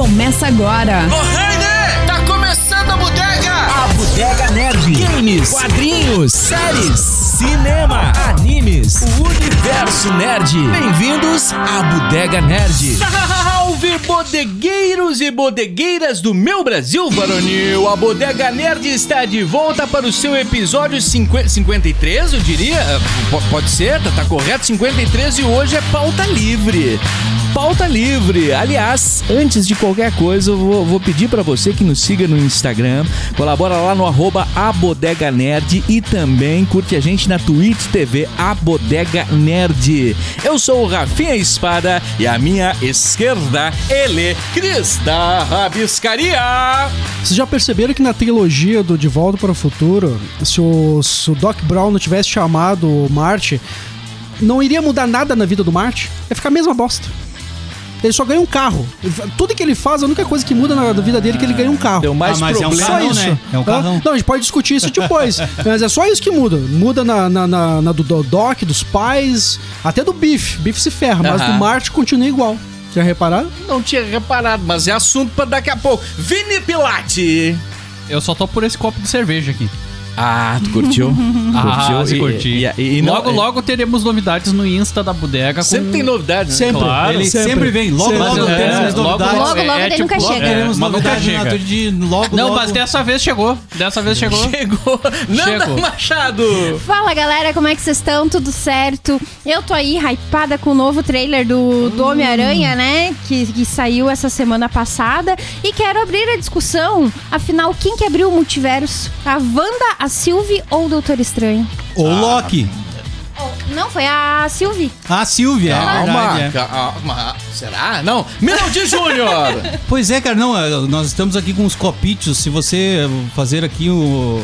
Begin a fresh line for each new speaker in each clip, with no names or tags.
Começa agora.
Correndo! Tá começando a bodega!
A Bodega Nerd. Games, quadrinhos, séries, cinema, animes, o universo nerd. Bem-vindos à Bodega Nerd.
Salve bodegueiros e bodegueiras do meu Brasil varonil! A Bodega Nerd está de volta para o seu episódio 50 53, eu diria. P- pode ser, tá, tá correto, 53 e hoje é pauta livre. Pauta livre. Aliás, antes de qualquer coisa, eu vou, vou pedir para você que nos siga no Instagram, colabora lá no arroba Abodega Nerd e também curte a gente na Twitch TV Abodega Nerd. Eu sou o Rafinha Espada e à minha esquerda, ele, Cris da Rabiscaria.
Vocês já perceberam que na trilogia do De Volta para o Futuro, se o, se o Doc Brown não tivesse chamado o Marte, não iria mudar nada na vida do Marte? Ia ficar a mesma bosta. Ele só ganha um carro. Ele fa- Tudo que ele faz, a única coisa que muda na vida dele é que ele ganha um carro.
Deu mais
Ah, mas é um
problema.
Só
carrão,
isso.
né? É um
Hã?
carrão.
Não, a gente pode discutir isso depois. mas é só isso que muda. Muda na, na- na- na do do Doc, dos pais, até do Biff. Biff se ferra, mas
Aham.
do Marte continua igual. Já repararam?
Não tinha reparado, mas é assunto para daqui a pouco. Vini Pilate.
Eu só tô por esse copo de cerveja aqui.
Ah, tu curtiu?
Ah,
curtiu?
se
E-
curti.
e- e- e não-
logo, logo teremos novidades no Insta da bodega.
Sempre
com...
tem novidades. né?
Sempre.
Claro, É,
Ele sempre.
vem.
Logo, logo
tem
teremos
novidades.
Logo, logo tem,
tipo,
nunca chega.
teremos
Mas nunca
novidades.
chega.
Renato,
de logo,
Não,
logo.
mas dessa vez chegou. Dessa vez chegou.
Chegou. Nanda
Chegou.
Machado.
Fala galera, como é que vocês estão? Tudo certo? Eu tô aí hypada com o novo trailer do, do
Hum.
Homem-Aranha, né? Que, que saiu essa semana passada. E quero abrir a discussão. Afinal, quem que abriu o multiverso? A Wanda, a Sylvie ou o Doutor Estranho?
Ou Loki.
Oh, Não, foi a Sylvie.
Ah, Silvia. é
Calma,
verdade, é.
calma. ah, Será? Não. Minaldi Júnior.
Pois é, cara, não, é, nós estamos aqui com os copitos. Se você eh, fazer aqui o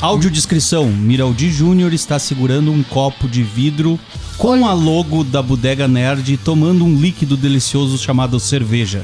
audiodescrição, Miraldi Júnior está segurando um copo de vidro com a logo da Bodega Nerd e tomando um líquido delicioso chamado cerveja.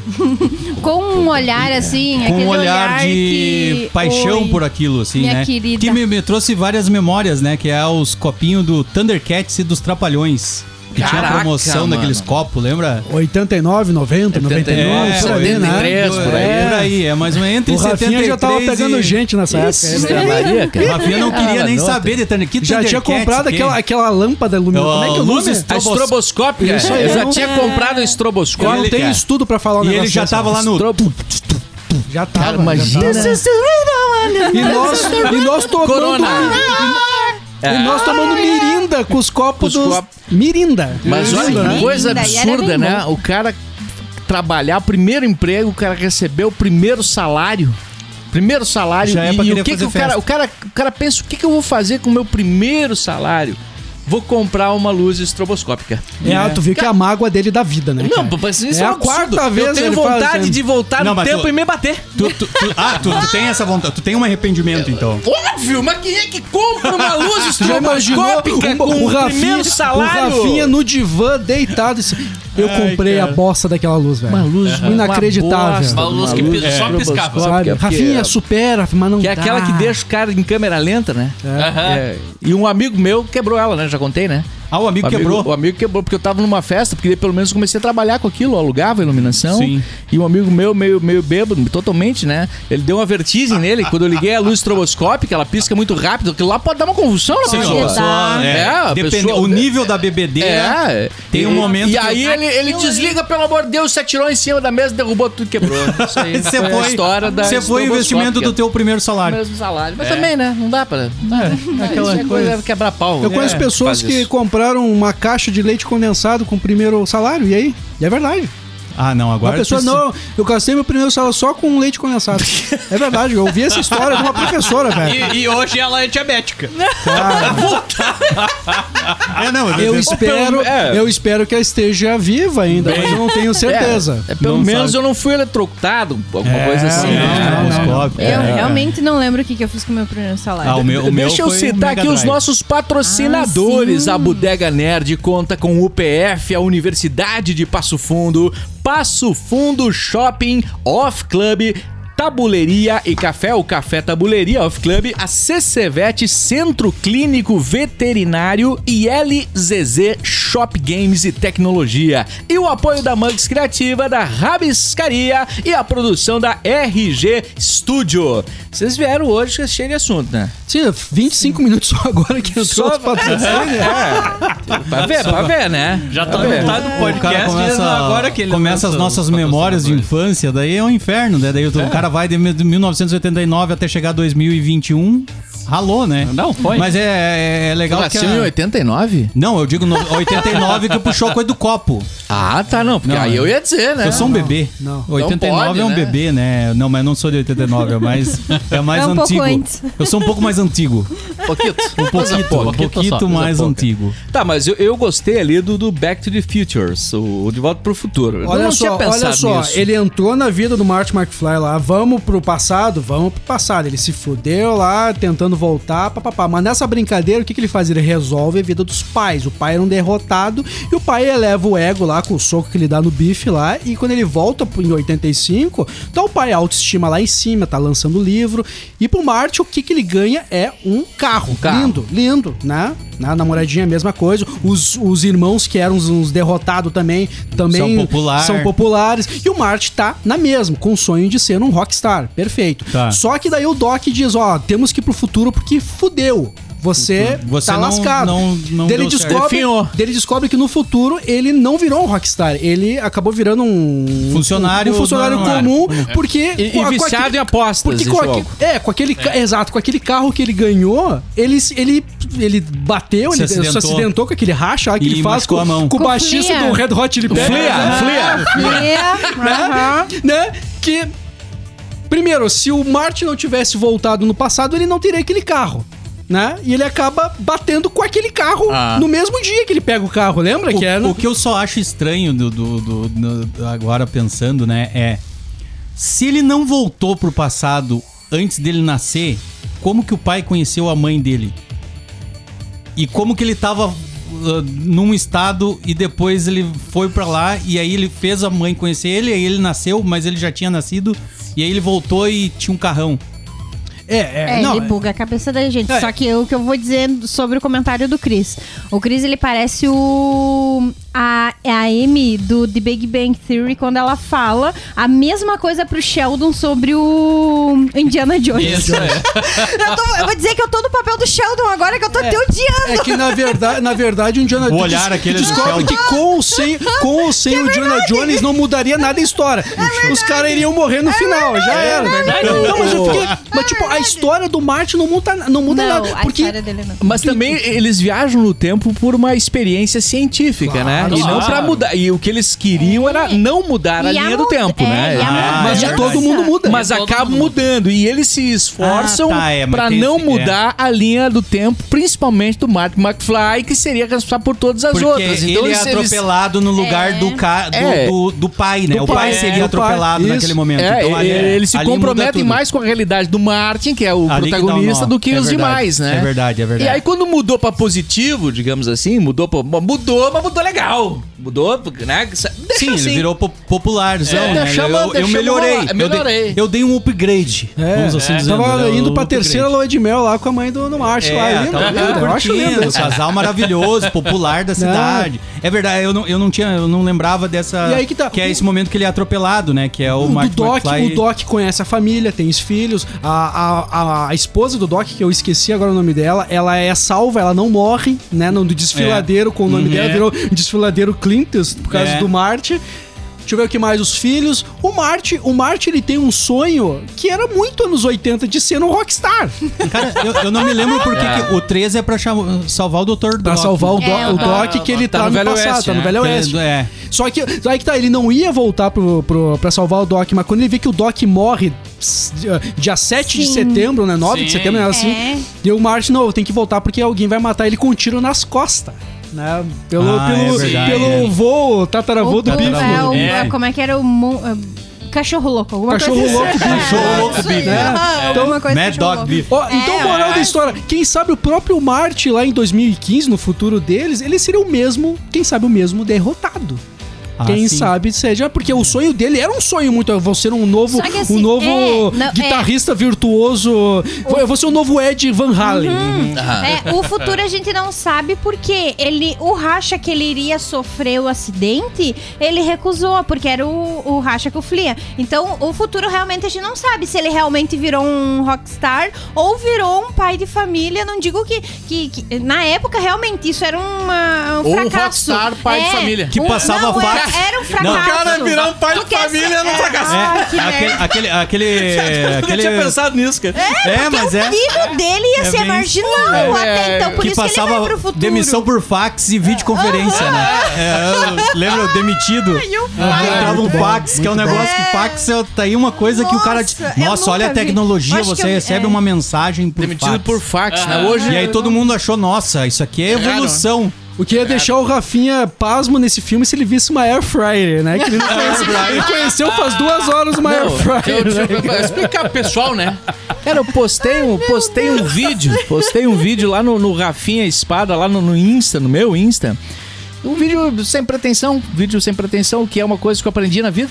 Com um olhar assim,
com
aquele
um olhar, de
que-
paixão
Oi.
por aquilo, assim,
minha
né?
querida.
Que me, me trouxe várias memórias, né? Que é os copinhos do Thundercats e dos Trapalhões. Que tinha
Caraca,
promoção
mano.
daqueles copos, lembra?
89, 90, 99,
É,
por aí, né?
73. É, por
por,
aí.
aí. é por aí, é mais ou menos entre
O Rafinha
73
já tava pegando
e...
gente nessa época. né?
Maria,
é O Rafinha não queria
Ah,
nem
não,
saber de Thundercats.
Já tinha comprado aquela, aquela lâmpada luminosa.
Oh,
Como é que é o nome?
luzes-
A estroboscópica.
Isso aí,
é. Eu já
não-
tinha comprado a
Eu
estroboscópica.
não
Ele,
tenho
cara.
estudo pra falar um
E ele
negócio
já
desse.
tava lá no...
Estrobo-
Já tava.
Cara,
já
imagina.
tava. E nós, e nós tomando...
Corona.
E nós tomando mirinda com os copos
Os
dos...
copos.
Mirinda.
Mas olha
Mirinda,
que
né?
coisa
Linda, e era
absurda,
bem
né? O cara trabalhar, o primeiro emprego, o cara recebeu o primeiro salário. Primeiro salário.
Já é pra
e
querer
o que, que
fazer
o cara,
festa.
o cara. O cara pensa: o que, que eu vou fazer com o meu primeiro salário? Vou comprar uma luz estroboscópica.
É, ah, tu viu que é a mágoa dele da vida, né? cara?
Não, mas isso é,
É
um
a
absurdo.
quarta
Eu
vez
tenho
ele faz
vontade
isso.
de voltar
Não,
no
mas
tempo
tu-
e me bater.
Tu- tu- tu- ah, tu, tu tem essa vontade, tu tem um arrependimento, então.
Óbvio, mas quem é que compra uma luz
Tu já imaginou
estroboscópica
o-
com o, primeiro salário?
O Rafinha no divã, deitado. e se- Eu comprei a bosta daquela luz, velho. é Uma luz inacreditável.
Uma luz que pi- só piscava.
Sabe? Rafinha, supera, mas não
Que é
dá.
aquela que deixa o cara em câmera lenta, né?
Aham.
É, e um amigo meu quebrou ela, né? Já contei, né?
Ah, o amigo
O amigo-
quebrou.
O amigo quebrou, porque eu tava numa festa, porque daí pelo menos eu comecei a trabalhar com aquilo, eu alugava a iluminação.
Sim.
E um amigo meu, meio, meio bêbado, totalmente, né? Ele deu uma
Ah.
vertigem nele, quando eu liguei a luz estroboscópica, ela pisca muito rápido, aquilo lá pode dar uma convulsão na
Sim,
pessoa.
a pessoa,
É,
é,
a
depende-
pessoa-
o nível da bebedeira.
É,
Tem um
E-
momento
E
que
aí ele, ele desliga, pelo amor de Deus, se atirou em cima da mesa, derrubou tudo, quebrou. Isso aí
Você
foi, a
foi,
história da.
você foi o investimento do
estroboscópica.
teu primeiro salário.
mesmo salário. Mas também, né? Não dá pra. Isso
É, aquela
é
coisa.
coisa quebrar pau. É.
Eu conheço pessoas que compraram uma caixa de leite condensado com o primeiro salário, e aí? E é verdade.
Ah, não,
A
agora.
pessoa,
tu-
não, eu gastei meu primeiro salário só com leite condensado. é verdade, eu ouvi essa história de uma professora, velho.
E, e hoje ela é diabética.
É, não,
Eu
eu-
espero,
é.
eu espero que ela esteja viva ainda, mas eu não tenho certeza.
É, pelo
Não
menos
sabe. É,
eu não fui eletrocutado, alguma coisa assim.
Ah,
né?
não, não, não.
Moscópio.
Eu
É.
realmente não lembro o que, que eu fiz com o meu primeiro salário.
Ah, o meu, o meu
Deixa eu
foi um
citar
Mega
aqui os
Drive.
nossos patrocinadores. a Bodega Nerd conta com o UPF, a Universidade de Passo Fundo, Passo Fundo Shopping, Off Club. Tabuleria e Café, o Café Tabuleria Off Club, a CCVET, Centro Clínico Veterinário e LZZ Shop Games e Tecnologia. E o apoio da Mugs Criativa, da Rabiscaria e a produção da RG Studio. Vocês vieram hoje cheio de assunto, né?
Sim, 25 minutos só agora que entrou os patrocínios.
É. Pra ver, pra ver, né?
Já tá
Pra ver.
metade do
É. O cara
podcast
começa,
agora que ele
começa as
lança É.
nossas
os
memórias de
patrocinadores.
infância, daí é um inferno, né? Daí o cara vai de 1989 até chegar 2021, ralou, né?
Não, foi.
Mas é, é- é legal
Ah,
que... a-
Nasceu em 89?
Não, eu digo no 89 que puxou a coisa do copo.
Ah, tá, não. Porque
Não,
aí
é.
eu ia dizer, né?
eu sou um bebê.
não.
89
pode,
é um
né?
bebê, né? Não, mas eu não sou de 89, é mais, é mais
É um pouco
antigo.
antes.
Eu sou um pouco mais antigo.
Pouquito.
Um pouquinho, um
pouquinho é só, é
pouquinho
coisa
mais
pouca.
antigo.
Tá, mas eu, eu gostei ali do, do Back to the Futures, o, o De Volta pro Futuro. Eu
Olha
não
só,
tinha pensado
olha só,
nisso.
ele entrou na vida do Marty McFly lá, vamos pro passado, vamos pro passado. Ele se fudeu lá, tentando voltar, papapá. Mas nessa brincadeira, o que, que ele faz? Ele resolve a vida dos pais. O pai era um derrotado e o pai eleva o ego lá com o soco que ele dá no bife lá. E quando ele volta em 85, tá o pai a autoestima lá em cima, tá lançando livro. E pro Marty, o que, que ele ganha é um carro.
carro.
Lindo, lindo, né? Na namoradinha, a mesma coisa. Os, os irmãos que eram uns, uns derrotados também, também
São popular.
são populares. E o Marty tá na mesma, com o sonho de ser um rockstar. Perfeito.
Tá.
Só que daí o Doc diz: ó, temos que ir pro futuro porque fudeu. Você,
Você
tá
não-
lascado.
não- não
Daí ele,
deu certo.
descobre,
Definhou.
daí ele descobre que no futuro ele não virou um rockstar. Ele acabou virando um
Funcionário
um funcionário
normal. É.
comum, porque.
E- e viciado em apostas
Porque
em
com
jogo.
aque- é, com aquele. ca- Exato, com aquele carro que ele ganhou, ele, se- ele, ele bateu,
Se
ele se
acidentou.
acidentou com aquele racha lá que
E
ele faz
machucou
com,
a mão.
com o
Com
baixista
flia.
do Red Hot Chili Peppers.
Flia, flia.
né? Né? Que. Primeiro, se o Martin não tivesse voltado no passado, ele não teria aquele carro. Né? E ele acaba batendo com aquele carro
Ah.
no mesmo dia que ele pega o carro, lembra? que é era.
O, o que eu só acho estranho do, do- do- do- do- agora pensando, né, é se ele não voltou pro passado antes dele nascer, como que o pai conheceu a mãe dele? E como que ele tava uh, num estado e depois ele foi pra lá e aí ele fez a mãe conhecer ele, aí ele nasceu, mas ele já tinha nascido e aí ele voltou e tinha um carrão.
É, é,
É,
não.
ele buga a cabeça da gente.
É.
Só que o que eu vou dizer sobre o comentário do Chris. O Chris, ele parece o... A, a Amy do The Big Bang Theory quando ela fala a mesma coisa pro Sheldon sobre o Indiana Jones.
Isso, é.
eu, tô- eu vou dizer que eu tô no papel do Sheldon agora, que eu tô te odiando.
É que na verdade, na verdade, o Indiana
O
Jones
olhar aquele do
descobre
Sheldon.
que com ou sem, com ou sem o Indiana Jones não mudaria nada a história. Os caras iriam morrer no final, já era. Não, mas eu fiquei. Mas, tipo, a história do Martin não muda, não muda nada. Porque
dele não.
Mas também eles viajam no tempo por uma experiência científica, né? E não
claro.
pra mudar. E o que eles queriam era não mudar a
E a
linha do
muda-
tempo,
é,
né?
e a
Ah,
mudança-
mas
de todo mundo muda.
Mas
Todo
acabam
mundo.
mudando. E eles se esforçam
É Ah, tá, é, mas
pra
tem
não
esse-
mudar a linha do tempo, principalmente do Mark McFly, que seria responsável por todas as
Porque
outras. Então,
então
ele é
eles- eles-
atropelado no lugar do, ca... do,
É.
do, do pai, né?
Do
o pai
pai, é,
seria
do pai.
atropelado
Isso.
naquele momento.
É,
Então, ali-
ele- eles se
ali muda
comprometem
tudo.
mais com a realidade do Martin, que é o
Ali que dá o
protagonista,
nó.
do que
É
os
verdade,
demais, né?
é verdade, é verdade.
E aí quando mudou pra positivo, digamos assim, mudou pra, mudou, mas mudou legal. Mudou, né? Deixa
Sim,
assim.
ele virou po popularzão,
É,
né?
deixamos-
eu, eu
deixamos
melhorei.
lá,
Eu,
melhorei.
dei, eu dei um upgrade.
É,
vamos assim
é,
dizer.
tava
né?
indo
Um
pra
upgrade.
terceira lua de mel lá com a mãe do, do Martin lá.
É,
Lindo,
tava
lindo, eu acho lindo.
curtindo, um casal maravilhoso, popular da cidade. É verdade, eu não, eu não tinha, eu não lembrava dessa.
E aí que tá.
é esse momento que ele é atropelado, né? Que é o,
O, do
Mark
Doc,
McFly.
o Doc conhece a família, tem os filhos. A, a, a, a esposa do Doc, que eu esqueci agora o nome dela, ela é salva, ela não morre, né? No do desfiladeiro com o nome dela,
É.
virou desfiladeiro Clintus por causa
É.
do Marte. Deixa eu ver o que mais, os filhos. O Marte, o Marte, ele tem um sonho que era muito anos 80 de ser um rockstar.
Cara, eu, eu não me lembro porque que o 13 é pra chamar- salvar o Dr.
Pra
Doc.
salvar o, Do-
É,
o
o
Doc que ele tá,
no
no,
Velho
passado,
Oeste,
tá no
né?
Velho Oeste.
É.
Só que, aí que tá, ele não ia voltar pro, pro, pra salvar o Doc, mas quando ele vê que o Doc morre s- dia- dia 7 de
Sim.
setembro, né? 9 de
Sim.
setembro, né? Assim,
É.
E o Martin, não, tem que voltar porque alguém vai matar ele com um tiro nas costas. Né? Pelo,
Ah, é
pelo,
verdade,
pelo
é.
voo tataravô
O
do
Doom
Biff.
é o-
É.
né?
é, Como é que era o... mon- é, Cachorro louco, alguma
Cachorro
coisa
louco,
assim.
bicho.
Cachorro louco,
Isso aí,
bicho.
aham, alguma coisa
Mad
cachorro
Dog
louco.
Biff.
Ó, então,
É,
moral
é.
da história, quem sabe o próprio Marte lá em 2015, no futuro deles, ele seria o mesmo, quem sabe o mesmo derrotado.
Ah,
Quem
sim.
sabe seja, porque o sonho dele era um sonho muito. Eu vou ser um novo,
Só que assim,
um novo
é, não, é.
guitarrista virtuoso. Eu vou ser o novo Ed Van Halen.
É,
Ah.
o futuro a gente não sabe porque ele, o racha que ele iria sofrer o acidente, ele recusou, porque era o, o racha que o Flia. Então, o futuro realmente a gente não sabe se ele realmente virou um rockstar ou virou um pai de família. Não digo que, que, que- na época realmente isso era uma, um
Ou um
fracasso. É.
rockstar pai de família.
Que passava
não, era-
fax.
Era, um fracasso.
O
cara virar um pai de família era um fracasso.
Ah, que
É, aquele,
merda.
aquele, aquele,
Eu nunca
É, aquele-
tinha pensado nisso, cara.
É, mas é.
O filho dele ia
É
ser
bem-
marginal
É.
até então, por
que
isso que ele vai
passava
pro futuro.
demissão por fax e videoconferência, né? É, eu- lembra o demitido?
E o pai
Entrava um fax, que é um negócio que fax é, tá aí uma coisa que o cara. te-
Nossa, eu
Nossa, olha a
nunca vi.
tecnologia,
Acho que
você
eu-
recebe
é.
uma mensagem por
Demitido
fax.
por fax, né? Hoje.
E aí todo mundo achou, nossa, isso aqui é evolução.
O que ia deixar o Rafinha pasmo nesse filme se ele visse uma Air Fryer, né? Que ele, não conhece, ele conheceu faz duas horas uma Air
Não,
Fryer.
eu,
né,
eu, eu, explicar pro pessoal, né? Cara, eu postei um, postei um vídeo, postei um vídeo lá no, no Rafinha Espada, lá no, no Insta, no meu Insta. Um vídeo sem pretensão, vídeo sem pretensão, que é uma coisa que eu aprendi na vida.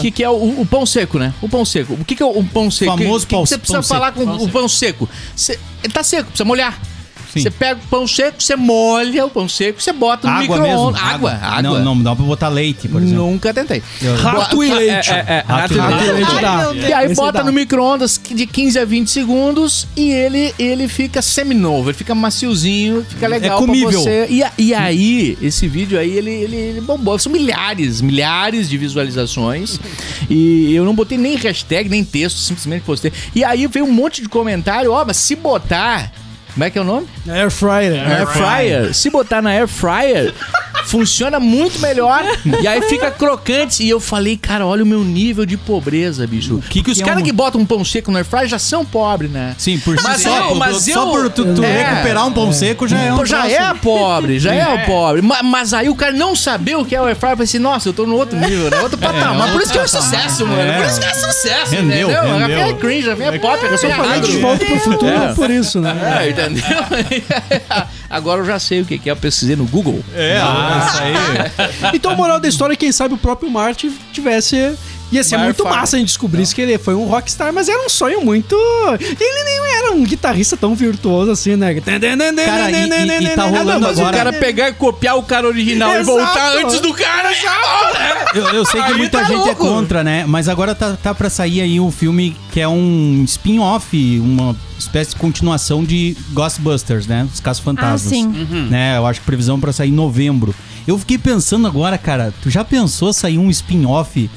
Que, que é o, o pão seco, né? O pão seco. O que, que é o pão seco? O que-
Famoso
que, que
pau-
Você precisa
pão
falar com o pão seco. Cê- ele tá seco, precisa molhar. Você pega o pão seco, você molha o pão seco, você bota no
Água mesmo.
micro-ondas. Água, água.
Não, não, dá pra botar leite, por exemplo.
Nunca tentei.
Eu-
Rato e leite.
É, é, é, rato e
Rato
leite.
e leite.
dá.
E aí
Esse
bota
dá.
no micro-ondas que- de 15 a 20 segundos e ele, ele fica seminovo, ele fica maciozinho,
É
fica legal pra
comível.
você. E, a- e aí, esse vídeo aí, ele, ele, ele bombou. São milhares, milhares de visualizações. e eu não botei nem hashtag, nem texto, simplesmente postei. E aí veio um monte de comentário, ó, mas se botar... Como é que é o nome?
Air Fryer.
Air fryer. Se botar na air fryer, funciona muito melhor e aí fica crocante. E eu falei, cara, olha o meu nível de pobreza, bicho.
que
Porque os
que é
caras
um-
que botam um pão seco no air fryer já são pobres, né?
Sim, por
Mas
si só.
eu- mas
só
eu-
por tu, tu
É.
recuperar um pão seco já é um
Pô, já
troço.
é pobre, já é, o pobre. Ma- Mas, aí o cara não saber o que é o air fryer, pensa assim, nossa, eu tô no outro nível, né? Outro patamar. Por isso que é um sucesso, mano.
É.
Por isso que é sucesso,
Rendeu,
entendeu? A
rendeu.
Rafinha é cringe, a Rafinha é pop, eu sou
Falei de volta pro futuro por isso, né?
É, entendeu? Agora eu já sei o que que é, eu pesquisei no Google.
É, ah, isso aí.
Então, a moral da história, quem sabe o próprio Marte tivesse. Ia ser
Mar-
muito
fa-
massa a gente descobrir que ele foi um rockstar, mas era um sonho muito. Ele nem era um guitarrista tão virtuoso assim, né?
Cara, e- e- e tá rolando
mas o
agora-
O cara pegar e copiar o cara original
Exato.
e voltar antes do cara já.
Eu, eu sei que
Aí
muita
tá
gente é
louco.
contra, né? Mas agora tá, tá pra sair aí um filme que é um spin-off, uma espécie de continuação de Ghostbusters, né? Os Casos Fantasmas.
Ah, sim.
Uhum.
Né? Eu acho que previsão pra sair em novembro. Eu fiquei pensando agora, cara, tu já pensou sair um spin-off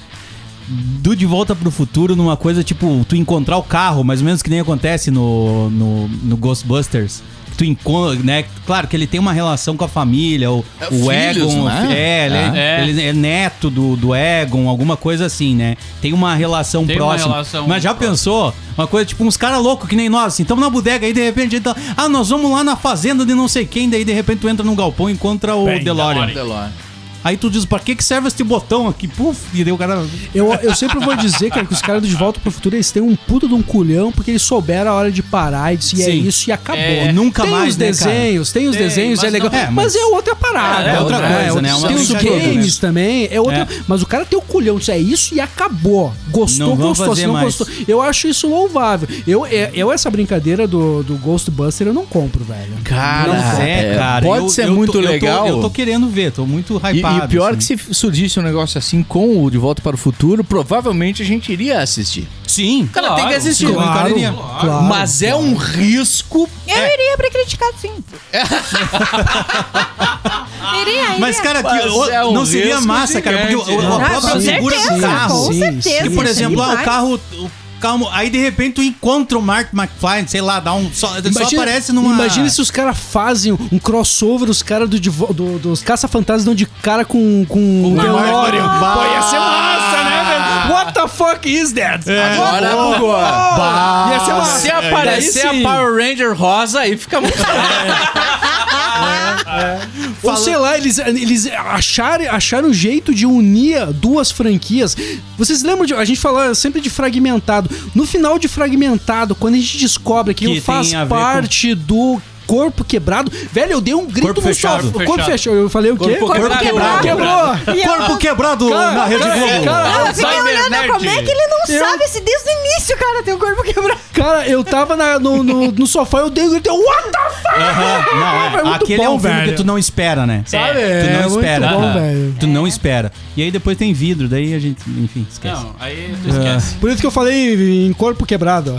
do De Volta pro Futuro numa coisa tipo tu encontrar o carro, mais ou menos que nem acontece no, no, no Ghostbusters? Tu encontra, né? Claro que ele tem uma relação com a família, o,
É,
o
filhos,
Egon,
né?
é, ele,
Ah.
É.
ele é neto do, do Egon, alguma coisa assim, né? Tem uma relação
Tem uma
próxima.
relação
Mas já pensou? Uma coisa tipo uns caras loucos que nem nós, assim, tamo na bodega aí de repente, então, ah, nós vamos lá na fazenda de não sei quem, daí de repente tu entra num galpão e encontra o DeLorean. Aí tu diz, pra que que serve este botão aqui? Puf, e daí o cara...
Eu, eu sempre vou dizer, cara, que os caras do De Volta pro Futuro, eles têm um puta de um culhão, porque eles souberam a hora de parar e disse, e é
Sim.
isso, e acabou.
É, nunca
tem
mais,
os
né, cara?
desenhos, tem os
Tem,
desenhos, é
mas
legal.
não- É,
mas...
mas
é outra parada.
É, é outra coisa, né? É uma
Tem os
brincadeira,
games
né?
também, é outra...
É.
Mas o cara tem o culhão, disse, é isso e acabou. Gostou,
Não vão
gostou,
fazer
se não
mais.
gostou. Eu acho isso louvável. Eu, é- eu essa brincadeira do, do Ghostbuster, eu não compro, velho.
Cara,
Mas
é, Pode
eu-
ser
eu tô-
muito
eu tô-
legal.
Eu tô, querendo ver, tô muito
E,
hypado.
e pior
assim.
que se surgisse um negócio assim com o De Volta para o Futuro, provavelmente a gente iria assistir.
Sim.
Cara, tem que assistir.
Claro,
Claro,
claro.
claro.
Mas é um risco.
Eu iria pra criticar, sim. iria, iria.
Mas, cara, que,
Mas
o-
é um
não seria
risco
massa, cara, porque
gigante,
o- o-
né?
a
Ah,
própria
com
figura do
certeza,
carro... assim,
com
sim,
certeza.
Que, por
sim,
exemplo, ah, o
demais.
carro. o carro- aí de repente tu encontra o Mark McFly, sei lá, dá um. Só, ele só aparece numa.
imagina se os caras fazem um crossover, os caras do, divo- do- dos caça-fantasmas dão de cara com, com
Mark
DeLorean.
Mark-
Pô, ia ser massa, né, velho? What the fuck is that?
É,
Agora, agora.
Oh, ia ser massa.
Se aparecer a Power Ranger rosa, aí fica muito.
Ou sei lá, eles, eles acharam, acharam o jeito de unir duas franquias. Vocês lembram de. A gente fala sempre de fragmentado. No final de fragmentado, quando a gente descobre que, um
Que
faz
tem a ver
parte do corpo quebrado. Velho, eu dei um grito
Corpo
no
fechado.
sofá.
Corpo
Corpo
fechado.
fechado. Eu falei o quê?
Corpo Corpo quebrado.
Quebrou.
Corpo quebrado
é Cara,
na Rede
cara, cara,
Globo.
Não, eu fiquei
Alzheimer
olhando
nerd.
como é que ele não
Eu-
sabe esse desde o início, cara. Tem o corpo quebrado.
Cara, eu tava na- no, no, no sofá, eu dei um grito. eu, What the fuck?
Aham,
Foi
Não, é.
muito
Aquele é
bom,
um filme
velho.
que tu não espera, né?
Sabe?
Tu
É
não
muito
espera.
bom,
Aham.
velho.
Tu não espera. E aí depois tem vidro, daí a gente, enfim, esquece.
Não, aí tu esquece.
Por isso que eu falei em corpo quebrado. ó.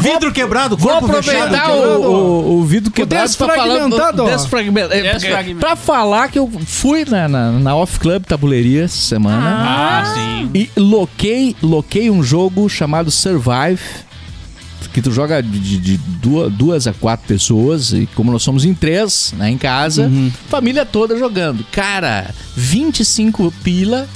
vidro quebrado,
Vou
corpo fechado.
aproveitar o,
quebrado, ó.
o, o vidro quebrado pra falar.
desfragmentado, ó.
Desfragmentado. É, porque-
Desfragmentado.
Pra falar que eu fui na, na, na Off Club Tabuleiria essa semana
Ah, sim.
e loquei, loquei um jogo chamado Survive. Que tu joga de, de- de duas, duas a quatro pessoas, e como nós somos em três, né, em casa,
Uhum.
família toda jogando. Cara, 25 pila,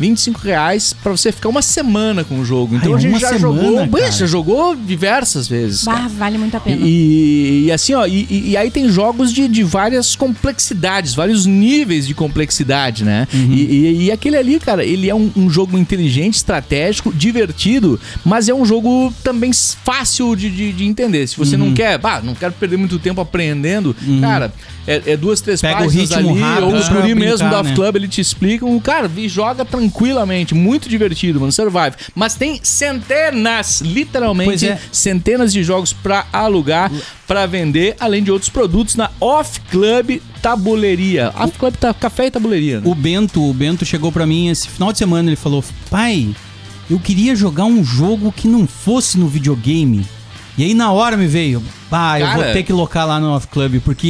25 reais pra você ficar uma semana com o jogo. Então
Ai,
a gente
uma
já
semana,
jogou.
cara.
Já jogou diversas vezes. cara.
Bah, vale muito a pena.
E, e assim, ó, e, e- e aí tem jogos de, de várias complexidades, vários níveis de complexidade, né?
Uhum.
E, e- e aquele ali, cara, ele é um, um jogo inteligente, estratégico, divertido, mas é um jogo também s- fácil de, de- de entender. Se você
Uhum.
não quer, bah, não quero perder muito tempo aprendendo, cara, é, é duas, três
Pega o
páginas
ritmo
ali,
rápido
ou os
pra
guri
brincar,
mesmo do
né?
Off Club, ele te explicam, cara, e joga tranquilamente, muito divertido, mano, Survive. Mas tem centenas,
Pois
literalmente,
é.
centenas de jogos pra alugar, pra vender, além de outros produtos na Off Club Tabuleiria. Off Club tá café e tabuleiria. Né?
O Bento, o Bento chegou pra mim esse final de semana, ele falou: "Pai, eu queria jogar um jogo que não fosse no videogame". E aí na hora me veio: "Pá, eu vou
Cara.
ter que locar lá no Off Club, porque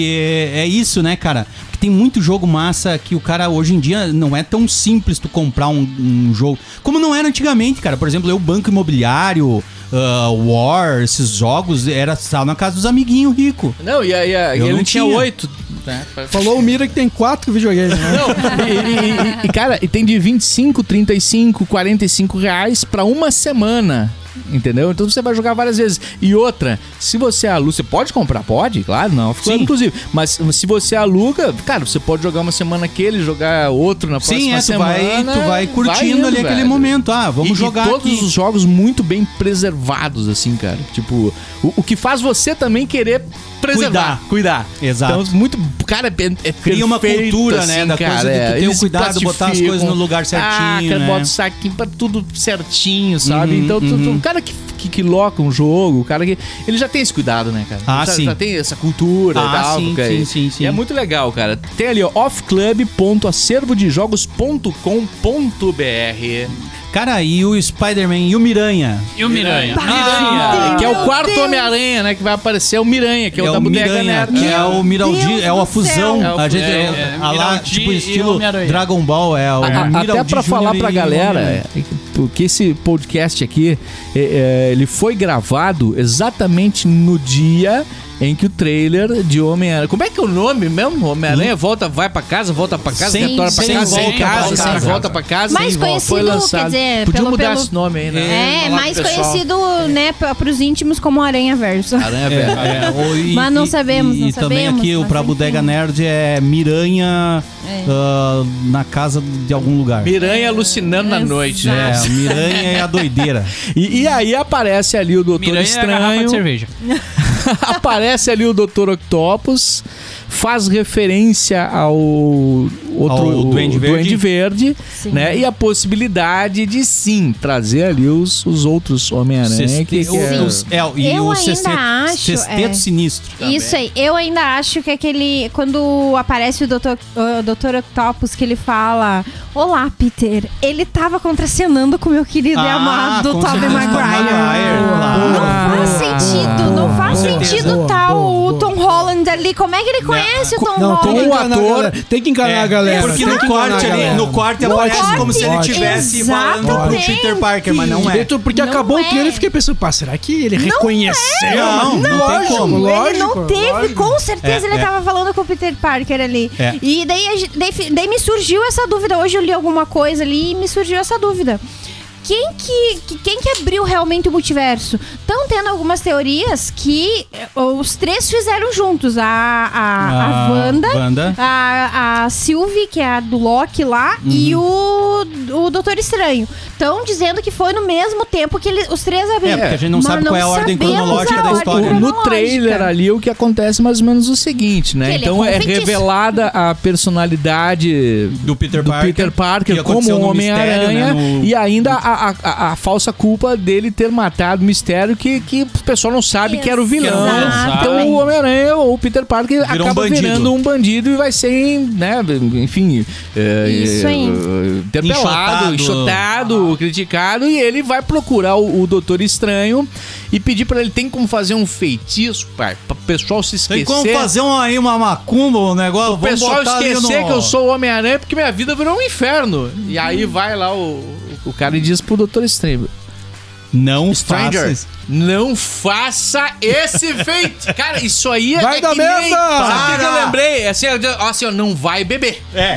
é, é isso, né, cara? Porque tem muito jogo massa que o cara hoje em dia não é tão simples tu comprar um, um jogo como não era antigamente, cara. Por exemplo, eu banco imobiliário, ah, War, esses jogos era só na casa dos amiguinhos rico.
Não, e, a- e, a- e
Eu
ele
não
tinha
tinha.
oito. né?
Falou o Mira que tem quatro videogames, né?
Não, e, e- e- e, cara, e tem de 25, 35, 45 reais pra uma semana. Entendeu? Então você vai jogar várias vezes. E outra, se você aluga, você pode comprar, pode, claro, não, ficou
Sim.
inclusive. Mas se você aluga, cara, você pode jogar uma semana aquele, jogar outro na próxima
Sim, é, tu
semana.
vai, tu vai curtindo
indo,
ali aquele
velho.
momento. Ah, vamos
E- e
jogar
todos
aqui.
os jogos muito bem preservados, assim, cara. Tipo, o, o que faz você também querer preservar, cuidar.
Exato.
Então, muito. Cara, é, é
Tá. Cria uma cultura, né, da coisa de tu ter o
Eles
cuidado, botar as coisas no lugar certinho,
Ah, cara,
né?
bota o saquinho pra tudo certinho, sabe?
Uhum,
então, tu- tu-
uhum.
o cara que, que, que loca um jogo, o cara que. Ele já tem esse cuidado, né, cara?
Ah,
já,
sim.
já tem essa cultura
Ah,
e tal.
sim,
cara.
sim, sim, sim.
E é muito legal, cara. Tem ali, ó, offclub.acervodejogos.com.br.
Cara, e o Spider-Man e o Miranha?
E o Miranha?
Miranha, que é o
Ah, Meu
quarto
Deus.
Homem-Aranha, né? Que vai aparecer é o Miranha, que é, o da Bodega
Miranha,
Nerd.
é o Miraldi,
Deus
é uma
do
fusão.
céu.
a gente
É,
é,
é,
a lá,
Miraldi
tipo
e
estilo
Homem-Aranha.
Dragon Ball, é o
A- a- Ah, até
Miraldi
pra falar
Júnior
pra
e
galera,
Homem-Aranha.
é, porque esse podcast aqui, é, é, ele foi gravado exatamente no dia em que o trailer de Homem-Aranha... Como é que é o nome mesmo? Homem-Aranha volta, vai pra casa, volta pra casa,
Sem-
retorna pra
sem
casa, sem
volta
casa,
pra
sem
casa.
volta pra casa.
Mais
sem volta. Foi
conhecido,
lançado.
quer dizer,
Podia
pelo-
mudar
pelo-
esse nome aí, né?
É,
Ah,
Falar pro
mais
pessoal.
conhecido, né, pra- pros íntimos como Aranha Verso.
Aranha
É,
Verso.
é, o- e-
Mas não
e-
sabemos,
E,
não
e também
sabemos,
aqui o
mas
pra
enfim.
Bodega Nerd é Miranha
É.
ah, na casa de algum lugar.
Miranha alucinando na noite. né?
É, Miranha é a doideira.
E, e aí aparece ali o Doutor
Uhum. Miranha é a garrafa de
Estranho.
cerveja.
aparece ali o Dr. Octopus, faz referência ao outro
Ao Duende
o
Verde.
Duende Verde,
Sim.
né? E a possibilidade de sim trazer ali os, os outros Homem-Aranha
Sexte-
que, que
um
é-
os- é, e
Eu
o
ainda
sexteto,
acho,
sexteto
é.
sinistro.
Isso aí. Eu ainda acho que aquele. Quando aparece o Dr. o Dr. Octopus que ele fala: Olá, Peter. Ele tava contracenando com meu querido e
Ah,
amado
com
Tobey
certeza, com
Maguire.
Maguire,
não
claro.
faz sentido, não faz
boa,
sentido
boa,
tal
boa,
o Tom Holland ali. Como é que ele conhece o Tom
Não, tem
Holland?
que enganar a galera. Ah, Tem que enganar a galera.
É. Porque
tem
no
que enganar
corte,
a
ele,
galera.
no corte aparece
corte,
como se ele
pode.
estivesse falando pro
Exatamente.
Peter Parker, mas não é.
Dentro- Porque
Não
acabou
é.
o trailer e fiquei pensando, pá, será que ele reconheceu?
Não, não tem como.
ele não teve, com certeza
É,
ele
é.
tava falando com o Peter Parker ali.
É.
E daí, a gente- daí, fi- daí me surgiu essa dúvida. Hoje eu li alguma coisa ali e me surgiu essa dúvida. quem que, que- quem que abriu realmente o multiverso? Estão tendo algumas teorias que eh, os três fizeram juntos. A,
Ah,
a, a Ah, Wanda,
Wanda.
a, a Sylvie, que é a do Loki lá,
Uhum.
e o, o Doutor Estranho. Estão dizendo que foi no mesmo tempo que eles, os três abriram.
É, porque a gente não
Mas
sabe qual é a ordem
sabemos
cronológica
a
da
ordem
história, né?
No
cronológica.
trailer ali, o que acontece é mais ou menos o seguinte, né?
Que ele é
então é,
conventiço.
revelada a personalidade
Do Peter
do
Parker.
Peter
que
Parker
aconteceu
como
no
Homem-Aranha
mistério, né, no-
e ainda a, a- a- a falsa culpa dele ter matado o mistério que, que o pessoal não sabe que era o vilão.
Exatamente.
Então o Homem-Aranha ou o Peter Parker
Virou um
acaba
bandido.
virando um bandido e vai ser, né, enfim, é,
Isso aí.
é, interpelado,
Enxotado.
enxotado, criticado e ele vai procurar o, o Doutor Estranho e pedir pra ele tem como fazer um feitiço, pai, pra o pessoal se esquecer.
Tem como fazer uma, aí uma macumba, um negócio?
O
Vamos
pessoal
botar ali
esquecer
no- Uhum.
que eu sou o Homem-Aranha porque minha vida virou um inferno. E aí vai lá o, o cara e diz pro Doutor Estranho.
Não
Stranger,
faça isso.
não faça esse feito. Cara, isso aí
Vai
é
dar
que nem-
merda!
Sabe o que eu
Para!
lembrei? É Assim, ó, assim, ó, não vai beber.
É, é,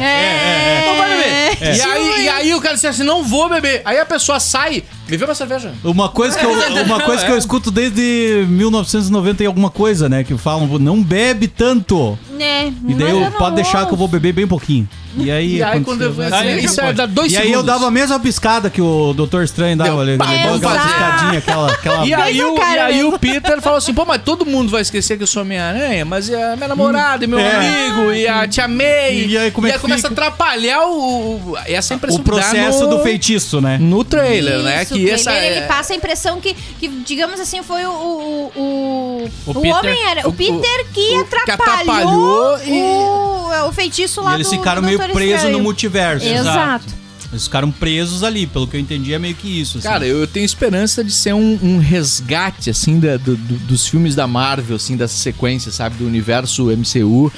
é.
Não vai beber. E, aí, e aí o cara disse assim, não vou beber. Aí a pessoa sai, me vê uma cerveja.
Uma coisa, que eu, uma coisa que eu escuto desde 1990 e alguma coisa, né? Que falam, não bebe tanto.
Né?
E daí
mas eu
eu,
não
pode deixar
vou.
que eu vou beber bem pouquinho. E aí,
E aí,
aconteceu,
quando eu fui
né?
assim,
Aí
isso
não
é,
pode.
dá dois
E aí eu
segundos.
dava a mesma piscada que o Doutor Estranho dava.
Deu.
Ele
Pá!
deu aquela
Exato.
piscadinha, aquela... aquela...
E aí,
Bem
o,
na cara
e aí
mesmo.
o Peter falou assim: pô, mas todo mundo vai esquecer que eu sou Homem-Aranha, mas é a minha namorada, e meu
É.
amigo, e a Tia May.
E aí, como é que
começa a
fica?
atrapalhar o. o- Essa é a impressão
O
que dá
processo
no-
do feitiço, né?
No trailer, né?
Isso,
Que
o
essa
trailer, ele
é-
passa a impressão que, que digamos assim, foi o. O, o,
O
o,
Peter.
homem era. O,
O-
Peter que
o- que
atrapalhou,
atrapalhou e-
o, o feitiço lá
E eles
do.
ficaram
do
meio
Doutor
presos
Estranho.
no multiverso.
Exato.
Eles ficaram presos ali, pelo que eu entendi, é meio que isso. assim.
Cara, eu eu tenho esperança de ser um, um resgate, assim, da- do- do- dos filmes da Marvel, assim, dessa sequência, sabe? Do universo MCU.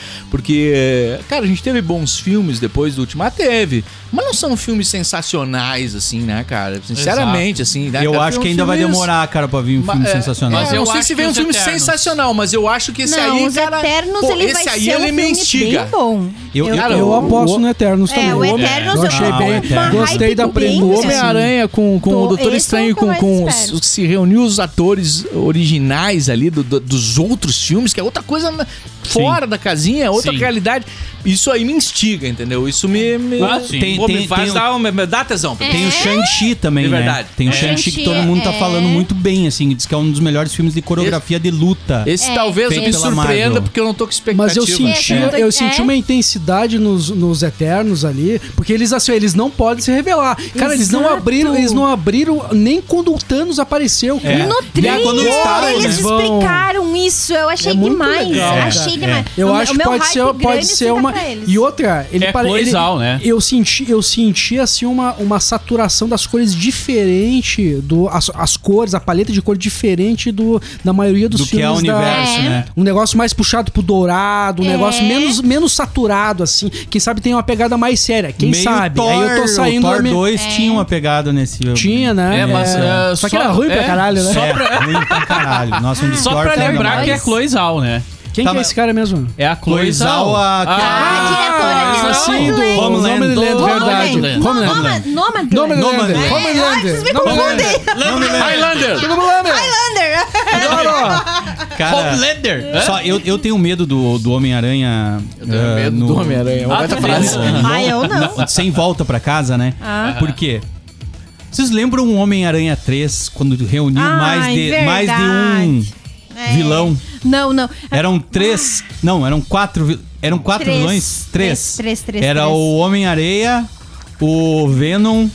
Porque, cara, a gente teve bons filmes depois do Ultimato, teve. Mas não são filmes sensacionais, assim, né, cara? Sinceramente, assim. Né,
eu
cara?
acho
Foram
que ainda vai
filmes-
demorar, cara, pra vir um
Ma-
filme
é,
sensacional.
é,
Mas
eu
eu
não sei se
acho que
vem um
os
filme
Eternos.
sensacional, mas eu acho que esse
não,
aí,
os
cara.
Eternos,
pô,
ele
esse
vai
aí é
ser
ele
um
me
filme
instiga.
bem bom.
Eu- eu-
Cara,
Eu
o-
aposto no Eternos também.
É, o
Eu
Eternos
eu
eu
achei
tô-
bem.
uma
Gostei
hype
da
bem
premissa.
O
Sim.
Homem-Aranha com, com o
É Tô-
Doutor
esse é
Estranho,
o que eu
com,
mais
com
espero.
os- se reuniu os atores originais ali do- do- dos outros filmes, que é outra coisa na- fora da casinha, é outra
Sim.
realidade. Isso aí me instiga, entendeu? Isso me, me,
Ah,
pô,
sim.
Tem-
me
tem-
faz
tem-
dar uma- me dá tesão.
Tem o Shang-Chi também,
De
né?
verdade.
Tem o
É.
Shang-Chi que
É. Shang-Chi
todo mundo tá
é-
falando muito bem, assim. Diz que é um dos melhores filmes de coreografia de luta.
Esse
É.
talvez
Feito
me
pela
surpreenda,
Marvel.
porque eu não tô com expectativa.
Mas eu senti,
É, tanto-
eu senti
é.
uma intensidade nos, nos Eternos ali, porque eles assim, eles não podem se revelar. Cara, eles não
Exato.
abriram, eles não abriram nem quando o Thanos apareceu. cara.
É.
No
E
trailer,
é quando instalam,
eles
né? Vão-
explicaram isso. Eu achei
É muito
demais.
legal,
cara.
achei
É.
demais.
Eu
O
acho
meu
que pode
hype
ser,
grande
pode ser
fica
uma
pra eles.
e outra, ele
É
pare- ele-
coisal, né?
Eu senti, eu senti assim uma, uma saturação das cores diferente do as, as cores, a paleta de cor diferente do da maioria dos
do que é o
filmes da-
universo,
É.
né?
um negócio mais puxado pro dourado, um
É.
negócio menos, menos saturado, assim. Quem sabe tem uma pegada mais séria. Quem
Meio
sabe?
Thor,
Aí eu tô saindo
O
da
Thor
minha-
2
É.
tinha uma pegada nesse...
Tinha, né?
É, mas, é,
só que
só-
era ruim pra
é,
caralho, né?
só-
É, ruim pra caralho. Nossa, um dos
Só
Thor
pra
tá
também,
lembrar
né?
que é Cloizal, né?
Quem
Tá,
que é
mas-
esse cara mesmo?
É a
Cloizal,
Cloizal.
a-
Ah,
Ah,
assim
diretora de
sim, do
Nomadland.
Homeland.
Homeland, verdade.
Homeland.
Noma- Nomadland.
Homeland. Homeland.
Homeland.
Homeland. Homeland. Homeland.
Não me lembro.
é.
Highlander!
Highlander.
Cara,
Homelander. Hã?
só, eu, eu tenho medo do, do Homem-Aranha... ah, Eu
Tenho medo do Homem-Aranha.
É, Ah,
Vai
tá
tá falando.
vendo?
Ah, eu não. Ah.
Na- sem volta pra casa, né? Por quê? Vocês lembram o Homem-Aranha 3, quando reuniu
Ai,
mais, de, mais de um
Ah, é verdade. É.
vilão?
Não, Tá. não.
Eram três. Não, eram quatro. vi- Eram quatro
Três.
vilões? Três.
Três, três, três,
Era
três.
o Homem-Areia, o Venom.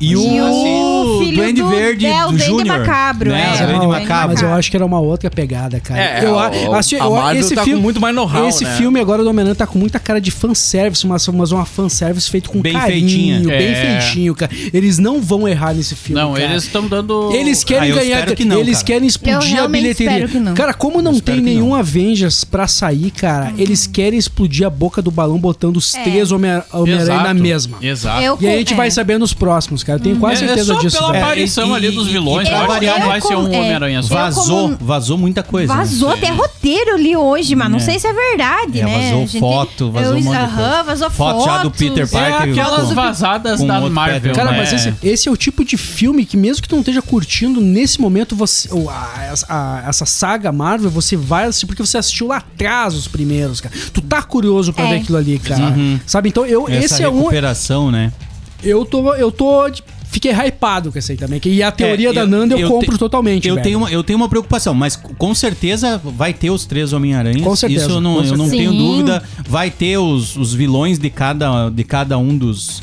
E o,
o filho
Duende
do-
Verde
é, o
do
Duende
Júnior.
Macabro, é, o
Né? o Duende
Duende
Macabro.
Mas eu acho que era uma outra pegada, cara.
É,
eu, a-
a-
assim,
a
eu-
Marvel tá com muito mais know-how,
Esse
né?
filme agora do Homem-Aranha tá com muita cara de fanservice, mas, mas uma fanservice feito com
Bem
carinho,
feitinha.
bem
É.
feitinho, cara. Eles não vão errar nesse filme,
Não,
cara.
eles estão dando.
Eles
Ah,
querem
eu
ganhar,
espero que não,
eles
cara.
querem
Eu
explodir a
realmente
bilheteria.
espero que não.
Cara, como não
espero
tem
que não.
nenhum Avengers pra sair, cara, eles querem explodir a boca do balão botando os
Uhum. É.
três Homem- Homem-Aranha na
Exato.
mesma.
Exato.
Eu
E aí a
co-
gente
é.
vai saber nos próximos, cara. Eu Tenho quase
É, é
Uhum.
certeza
só
disso.
pela
né?
velho.
aparição
e-
ali dos
e-
vilões,
e- assim.
eu acho que
eu
não vai ser um
com- é.
Homem-Aranha só.
Vazou,
como-
vazou muita coisa. né?
Vazou até roteiro ali hoje, mas não sei se é verdade,
É,
né?
vazou
gente?
foto, vazou um monte de
aham,
coisa.
vazou
Foto já do
fotos.
Peter
É
Parker
aquelas
com-
vazadas
com
da
outro
Marvel.
Peter.
Cara,
né?
mas esse, esse é o tipo de filme que, mesmo que tu não esteja curtindo, nesse momento, você ou a- a- essa saga Marvel, você vai assistir porque você assistiu lá atrás os primeiros, cara. Tu tá curioso pra
É.
ver aquilo ali, cara. Sabe? Então, eu,
Uhum. Essa
esse é um.
recuperação, né?
Eu tô. Eu tô. Fiquei hypado com esse aí também. que- E a teoria
É,
da Nanda eu,
te-
compro totalmente.
Eu
velho.
tenho, uma, eu tenho uma preocupação, mas com certeza vai ter os três Homem-Aranhas.
Com certeza,
Isso eu não,
com
eu não
certeza.
tenho
Sim.
dúvida. Vai ter os, os vilões de cada, de cada um dos.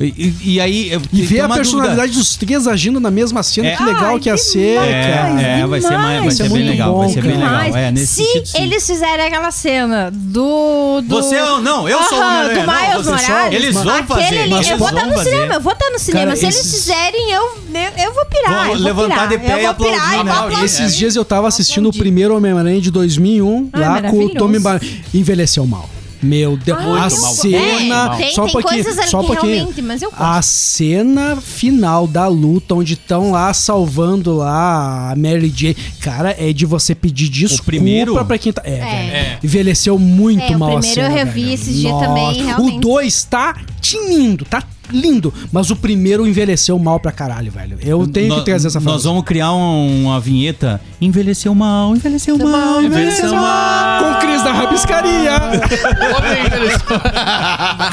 E, e- e aí. eu-
E
tem
ver a
uma
personalidade
dúvida.
dos três agindo na mesma cena,
É.
que legal
Ai,
que ia ser, cara.
É, é, vai
Demais.
ser, mais, vai ser
né? Isso é
bem
muito
legal. vai
bom,
ser bem
cara.
legal.
Mas
É, nesse
se
sentido, sim.
eles fizerem aquela cena do. do...
Você é o- não, eu sou o
Aham,
Homem-Aranha.
do
Não,
Miles
você só-
Morales.
eles vão
Aquele
fazer,
ali-
mas
eu vou
eles
estar
vão
no
fazer.
cinema, eu vou estar no cinema.
Cara,
se eles
esses-
fizerem, eu, eu, eu vou pirar.
Vou
eu vou pirar,
levantar de pé e
eu vou pirar,
aplaudir,
eu vou
né?
aplaudir.
Esses dias eu tava assistindo o
Aplaudi.
primeiro Homem-Aranha de 2001,
Tá Ah,
lá com o
maravilhoso.
Tommy Bar... Envelheceu mal. Meu
é
Deus,
Ah,
a
eu gosto.
cena.
É, tem-
só
um
tem
porque,
coisas ali
só
que
porque
realmente, mas eu
Ah,
gosto.
A cena final da luta, onde estão lá salvando lá a Mary Jane. Cara, é de você pedir desculpa
primeiro?
pra quem tá. É,
É.
velho. Envelheceu muito
É, o
mal a
primeiro
cena.
eu revi
velho.
esses dias
Nossa.
também, realmente.
O 2 tá tinindo, tá lindo. Mas o primeiro envelheceu mal pra caralho, velho. Eu tenho
Nó-
que trazer essa frase.
Nós vamos criar um- uma vinheta. Envelheceu mal, envelheceu mal, envelheceu mal.
Com o Cris da Rabiscaria.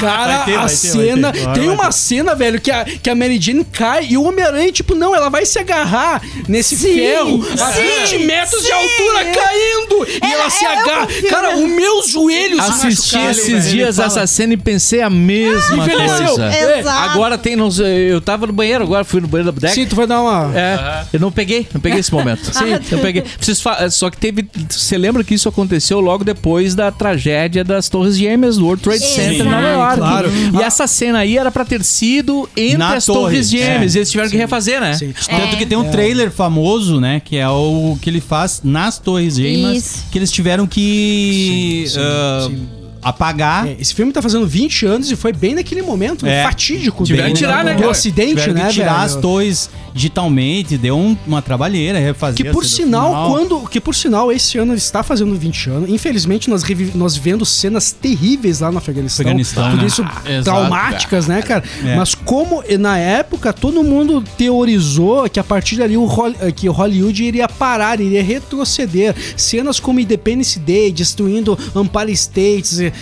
Cara,
Vai
a
ter, vai ter, vai
cena.
ter. Vai,
Tem
vai
uma cena, velho, que a, que a Mary Jane cai e o Homem-Aranha, tipo, não, ela vai se agarrar nesse ferro a
sim,
20 metros de
sim. É,
altura caindo. e
Ela-
ela se
eu- eu
agarra.
confio
Cara, os meus joelhos
Assisti
machucaram,
esses
velho.
dias essa cena e pensei é a mesma
Envelheceu.
coisa.
É. Exato.
Agora tem. Não, sei, eu tava no banheiro agora, fui no banheiro da boneca.
Sim, tu vai dar uma.
É, eu não peguei, não peguei esse momento. Sim, eu peguei. Vocês fa- Só que teve. Você lembra que isso aconteceu logo depois da tragédia das Torres Gêmeas do World Trade Center em Nova
Exato.
York?
Claro.
E essa cena aí era pra ter sido entre
Na
as
torre.
Torres Gêmeas.
É.
Eles tiveram que refazer, né?
Sim.
Tanto que tem um trailer famoso, né? Que é o que ele faz nas Torres Gêmeas.
Isso.
Que eles tiveram que
Sim, sim,
ah,
sim.
apagar.
É, Esse filme tá fazendo 20 anos e foi bem naquele momento
É.
fatídico
Tiveram
do,
que tirar, né,
do
cara?
acidente,
Tiveram
né,
que tirar as
velho?
torres digitalmente. Deu um- uma trabalheira refazer.
Que
a
por
cena
sinal,
final.
quando. Que por sinal, esse ano está fazendo 20 anos. Infelizmente, nós, revi- nós vendo cenas terríveis lá no Afeganistão.
Afeganistão,
tudo
né?
isso
Exato,
traumáticas, né, cara?
É.
Mas como eh, na época todo mundo teorizou que a partir dali o Hol- eh, que Hollywood iria parar, iria retroceder. Cenas como Independence Day, destruindo Empire States, eh,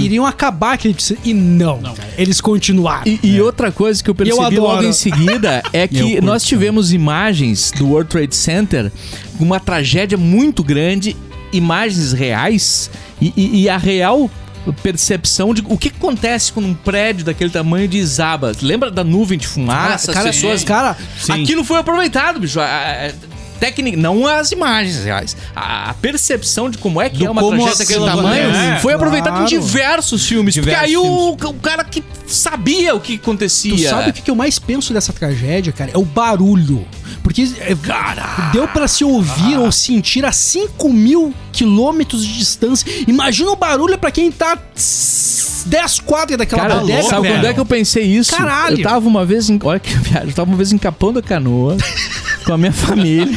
iriam acabar aquele. E não, cara. eles continuaram.
E, É. e outra coisa que eu
Eu
percebi
adoro.
logo em seguida é que
Eu curto,
nós tivemos imagens do World Trade Center com uma tragédia muito grande, imagens reais e, e- e a real percepção de o que acontece quando um prédio daquele tamanho desaba. Lembra da nuvem de fumaça,
cara,
as pessoas...
cara,
Sim.
Aquilo foi aproveitado, bicho. A- a- a- técnica- não as imagens reais. A, a percepção de como é que
Do
é uma
como
tragédia daquele
aquilo
tamanho
acontece.
foi aproveitado
Claro.
em diversos filmes.
Diversos
porque aí o, o cara que sabia o que acontecia.
Tu sabe o que, que eu mais penso dessa tragédia, cara? É o barulho. Porque é, deu pra se ouvir ou sentir a 5 mil quilômetros de distância. Imagina o barulho pra quem tá 10 quadras daquela
Cara,
bodega.
sabe
velho.
quando é que eu pensei isso?
Caralho.
Eu tava uma vez em. Olha que viagem. Eu tava uma vez em Capão da Canoa. Com a minha família.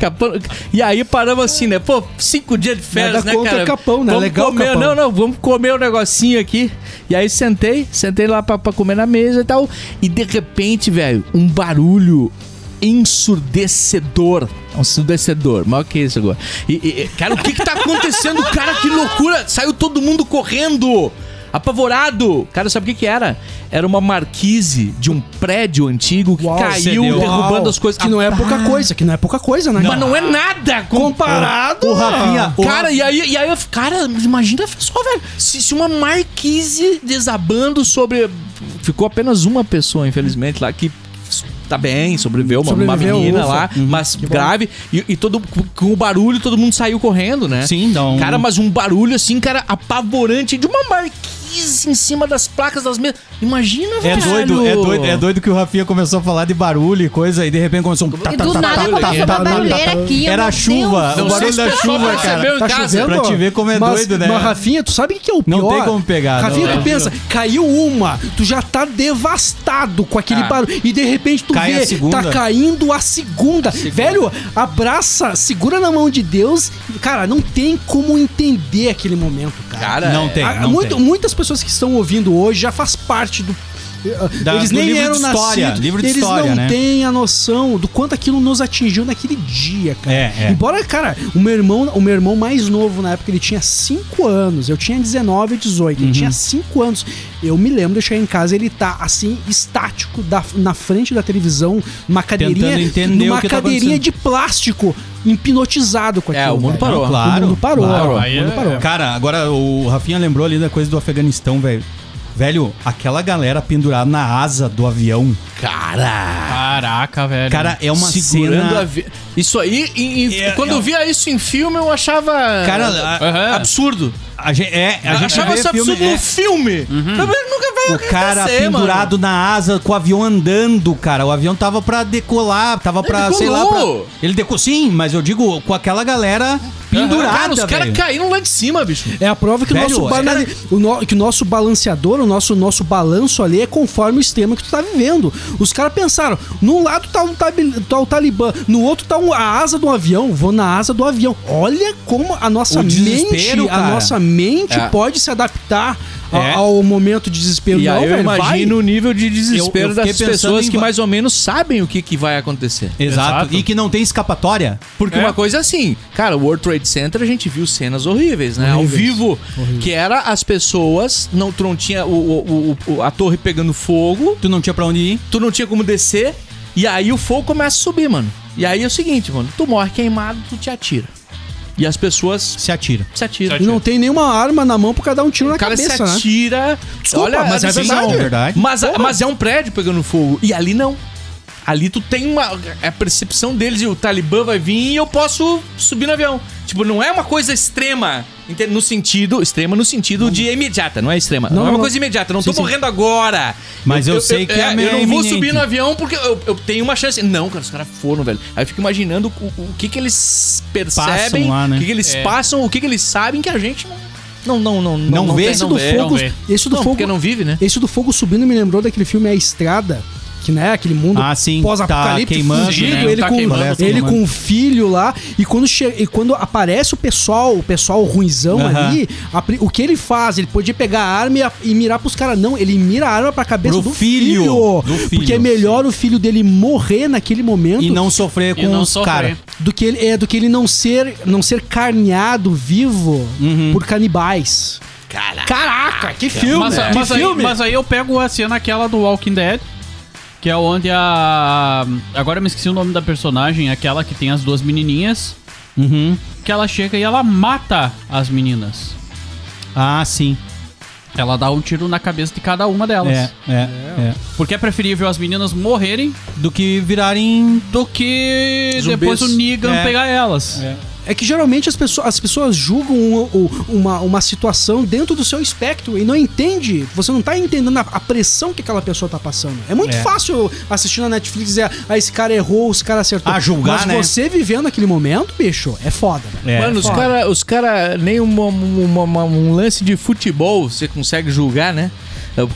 Capão- E aí paramos assim, né? Pô, cinco dias de férias,
Nada
né,
contra
cara?
Capão, né?
Vamos
Legal
comer...
Capão.
Não, não, vamos comer um negocinho aqui. E aí sentei, sentei lá pra, pra comer na mesa e tal. E de repente, velho, um barulho ensurdecedor. É um ensurdecedor, maior que isso agora. E, e- e, cara, o que que tá acontecendo? Cara, que loucura! Saiu todo mundo correndo! Apavorado! Cara, sabe o que que era? Era uma marquise de um prédio antigo que
Uau,
caiu
cedeu.
derrubando as coisas.
Que não é pouca coisa, que não é pouca coisa, né?
Mas não é nada
Comparado.
O Rafinha. o
Cara, e aí, e aí eu f- cara, imagina só, velho. Se, se uma marquise desabando sobre. Ficou apenas uma pessoa, infelizmente, lá que s- tá bem, sobreviveu, uma, uma
Sobreviveu,
menina
ufa.
lá,
Uhum.
mas grave. E, e todo, com- com o barulho, todo mundo saiu correndo, né?
Sim, dá um-
Cara, mas um barulho assim, cara, apavorante de uma marquise. País em cima das placas das mesas. Imagina,
É
velho.
doido, é doido, é doido que o Rafinha começou a falar de barulho e coisa, e de repente começou um. tá,
E
tá,
do
tá,
nada
tá, tá,
aconteceu
tá,
uma
tá,
barulheira
tá.
aqui.
Era
meu
a
Deus.
chuva, o
Não
barulho
sei
da
se o pessoal
chuva,
percebeu
cara.
em
Tá
casa.
chovendo?
Pra te ver como é
Mas-
doido, né?
Mas, Rafinha, tu sabe o que é o pior?
Não tem como pegar,
Rafinha,
não,
tu
é.
pensa, caiu uma, tu já tá devastado com aquele
Ah.
barulho. E de repente tu
Cai a
vê,
segunda.
tá caindo a segunda. Velho, abraça, segura na mão de Deus. Cara, não tem como entender aquele momento, cara.
Cara,
Não
é-
tem,
Ah,
não
muito-
tem.
Muitas pessoas que estão ouvindo hoje já faz parte do.
Da-
eles
do
nem
livro de
eram
história,
nascidos.
livro de
eles
história,
não
né?
têm a noção do quanto aquilo nos atingiu naquele dia, cara.
É, é.
Embora, cara, o meu irmão, o meu irmão mais novo na época, ele tinha 5 anos. Eu tinha 19, 18.
Uhum.
Ele tinha 5 anos. Eu me lembro de eu chegar em casa, ele tá assim, estático, da- na frente da televisão, numa cadeirinha.
entender
numa
o que tá
cadeirinha
acontecendo.
de plástico, hipnotizado com
É,
aquilo.
o mundo
velho.
parou.
Não,
O
claro.
mundo parou.
Claro.
O
Aí
mundo
é-
parou.
Cara, agora o Rafinha lembrou ali da coisa do Afeganistão, velho. Velho, aquela galera pendurada na asa do avião.
Cara.
Caraca, velho.
Cara, é uma
segurando
cena.
a vi- Isso aí, e- e-
É,
quando
é
eu
um-
via isso em filme, eu achava.
Cara,
Aham.
a-
absurdo.
A gente, é, a gente
achava
vê
isso
filme,
absurdo
é,
no filme. Eu nunca vai
O cara
acontecer, mano.
pendurado na asa com o avião andando, cara. O avião tava pra decolar, tava pra, sei lá, pra...
decolou.
Ele decolou, sim, mas eu digo com aquela galera pendurada,
Cara, os caras
velho.
caíram lá de cima, bicho.
É a prova que, o
Velho,
nosso,
os
banali- o no- que o nosso balanceador, o nosso, nosso balanço ali é conforme o sistema que tu tá vivendo. Os caras pensaram, num lado tá o, tabi- tá o Talibã, no outro tá um- a asa do avião, vou na asa do avião. Olha como a nossa
O
mente,
desespero,
a
cara.
nossa mente
É.
pode se adaptar a-
É.
ao momento de desespero.
E
Não,
aí eu
velho,
imagino
vai.
o nível de
Eu-
desespero
eu fiquei
das
pensando
pessoas
em
que
va-
mais ou menos sabem o que, que vai acontecer.
Exato.
Exato.
E que não tem escapatória.
Porque
É.
uma coisa é assim, cara, o World Trade Center a gente viu cenas horríveis, né? Ao
Horríveis.
vivo. Que era as pessoas, não, tu não tinha o- o- o- o- a torre pegando fogo,
Tu não tinha pra onde ir.
tu não tinha como descer, e aí o fogo começa a subir, mano. E aí é o seguinte, mano, tu morre queimado, tu te atira. E as pessoas
Se atira.
se atiram.
Se
E não tem nenhuma arma na mão pra cada um tiro na
O cara é
cabeça,
se
né?
atira.
Desculpa,
olha,
mas é
assim,
verdade.
não.
É verdade.
Mas, mas é um prédio pegando fogo. E ali não. Ali tu tem uma. É a percepção deles e o Talibã vai vir e eu posso subir no avião. Tipo, não é uma coisa extrema. ente- No sentido. Extrema no sentido de imediata, não é extrema. Não,
Não,
é uma
não.
coisa imediata. Não
Sim,
tô
sim.
morrendo agora.
Mas eu sei que é
Eu não vou
iminente.
subir no avião porque eu, eu tenho uma chance. Não, cara, os caras foram, velho. Aí eu fico imaginando o, o que que eles percebem,
lá, né?
o que, que eles
É.
passam, o que que eles sabem que a gente não. Não, não, não.
Não vê
tem,
Esse
não
do
vê.
não
fogo,
vê.
esse do
Não,
fogo
porque não vive, né?
Esse do fogo subindo me lembrou daquele filme A Estrada, que né, aquele mundo
Ah, sim. Tá
pós-apocalipse
queimando,
fugido,
né?
ele,
Tá
com,
queimando,
tá
ele
queimando.
com o filho lá, e quando, che- e quando aparece o pessoal, o pessoal ruinzão
Aham.
ali, a pri- o que ele faz? Ele podia pegar a arma e, a- e mirar pros caras. Não, ele mira a arma pra cabeça
Pro
do
filho,
filho,
do filho.
Porque é melhor o filho dele morrer naquele momento
E não sofrer com
E não
os
sofrer.
caras.
do que ele, é, do que ele não ser não ser carneado vivo
Uhum.
por canibais. Caraca, que filme!
mas,
que
mas aí,
filme!
mas aí eu pego a cena aquela do Walking Dead, que é onde a. Agora eu me esqueci o nome da personagem, aquela que tem as duas menininhas,
Uhum.
que ela chega e ela mata as meninas.
Ah, sim.
Ela dá um tiro na cabeça de cada uma delas.
É, é, é.
Porque é preferível as meninas morrerem
Do que virarem
do que
Zumbis.
depois o Negan
É.
pegar eelas.
É.
É que geralmente as pessoas, as pessoas julgam um- o- uma, uma situação dentro do seu espectro e não entende. Você não tá entendendo a, a pressão que aquela pessoa tá passando. É muito
É.
fácil assistir na Netflix e dizer, ah, esse cara errou, esse cara acertou.
Ah, julgar,
Mas
né?
você vivendo aquele momento, bicho, é foda. Né?
É.
Mano, os
foda.
cara, os cara nem uma- uma- uma- um lance de futebol você consegue julgar, né?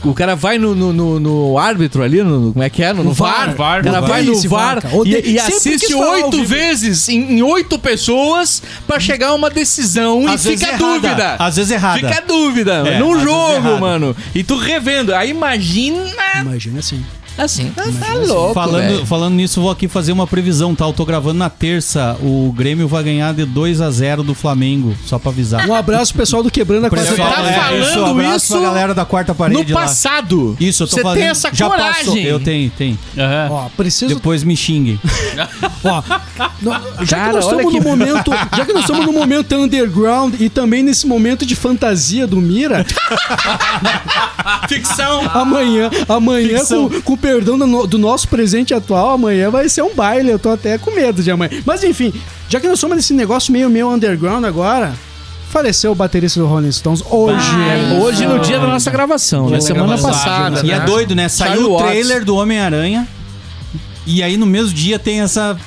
O cara vai no, no, no- no árbitro ali, no, como é que é? No, no VAR.
VAR.
O cara
No
vai
VAR.
no
Esse
VAR
VAR, cara. Odeio-
e, e
Sempre
assiste
quis falar ao
oito
vivo.
vezes em, em oito pessoas pra chegar a uma decisão
Às
e
vezes
fica a
errada.
dúvida.
Às vezes errada.
Fica a dúvida.
É, às
num
vezes
jogo,
errada.
mano. E tu revendo. Aí imagina.
Imagina assim.
Assim, tá, tá louco.
Falando,
velho.
falando nisso, vou aqui fazer uma previsão, tá? Eu tô gravando na terça. O Grêmio vai ganhar de 2 a 0 do Flamengo, só pra avisar.
Um abraço pro pessoal do Quebrando a Quarta
Pessoal,
tá
Parede.
é,
falando
isso, abraço
isso
pra galera da quarta
no
parede lá.
passado.
Isso, eu tô
Você
fazendo.
tem essa
Já
coragem.
passou. Eu tenho, tenho.
Aham.
Ó, preciso.
Depois me xinguem.
Ó, no-
Ah,
já
Cara,
que nós
olha
estamos
que-
no momento, já que nós estamos no momento underground e também nesse momento de fantasia do Mira,
Ficção.
Amanhã, amanhã,
Ficção.
com, com o perdão do, no- do nosso presente atual, amanhã vai ser um baile. Eu tô até com medo de amanhã. Mas enfim, já que nós somos nesse negócio meio meio underground agora, faleceu o baterista do Rolling Stones hoje.
Vai.
é.
Hoje, no dia da nossa gravação, né?
da
Semana
gravação.
passada.
E é
né?
doido, né? Saiu
Charlie
o
Watts.
trailer do Homem-Aranha. E aí no mesmo dia tem essa.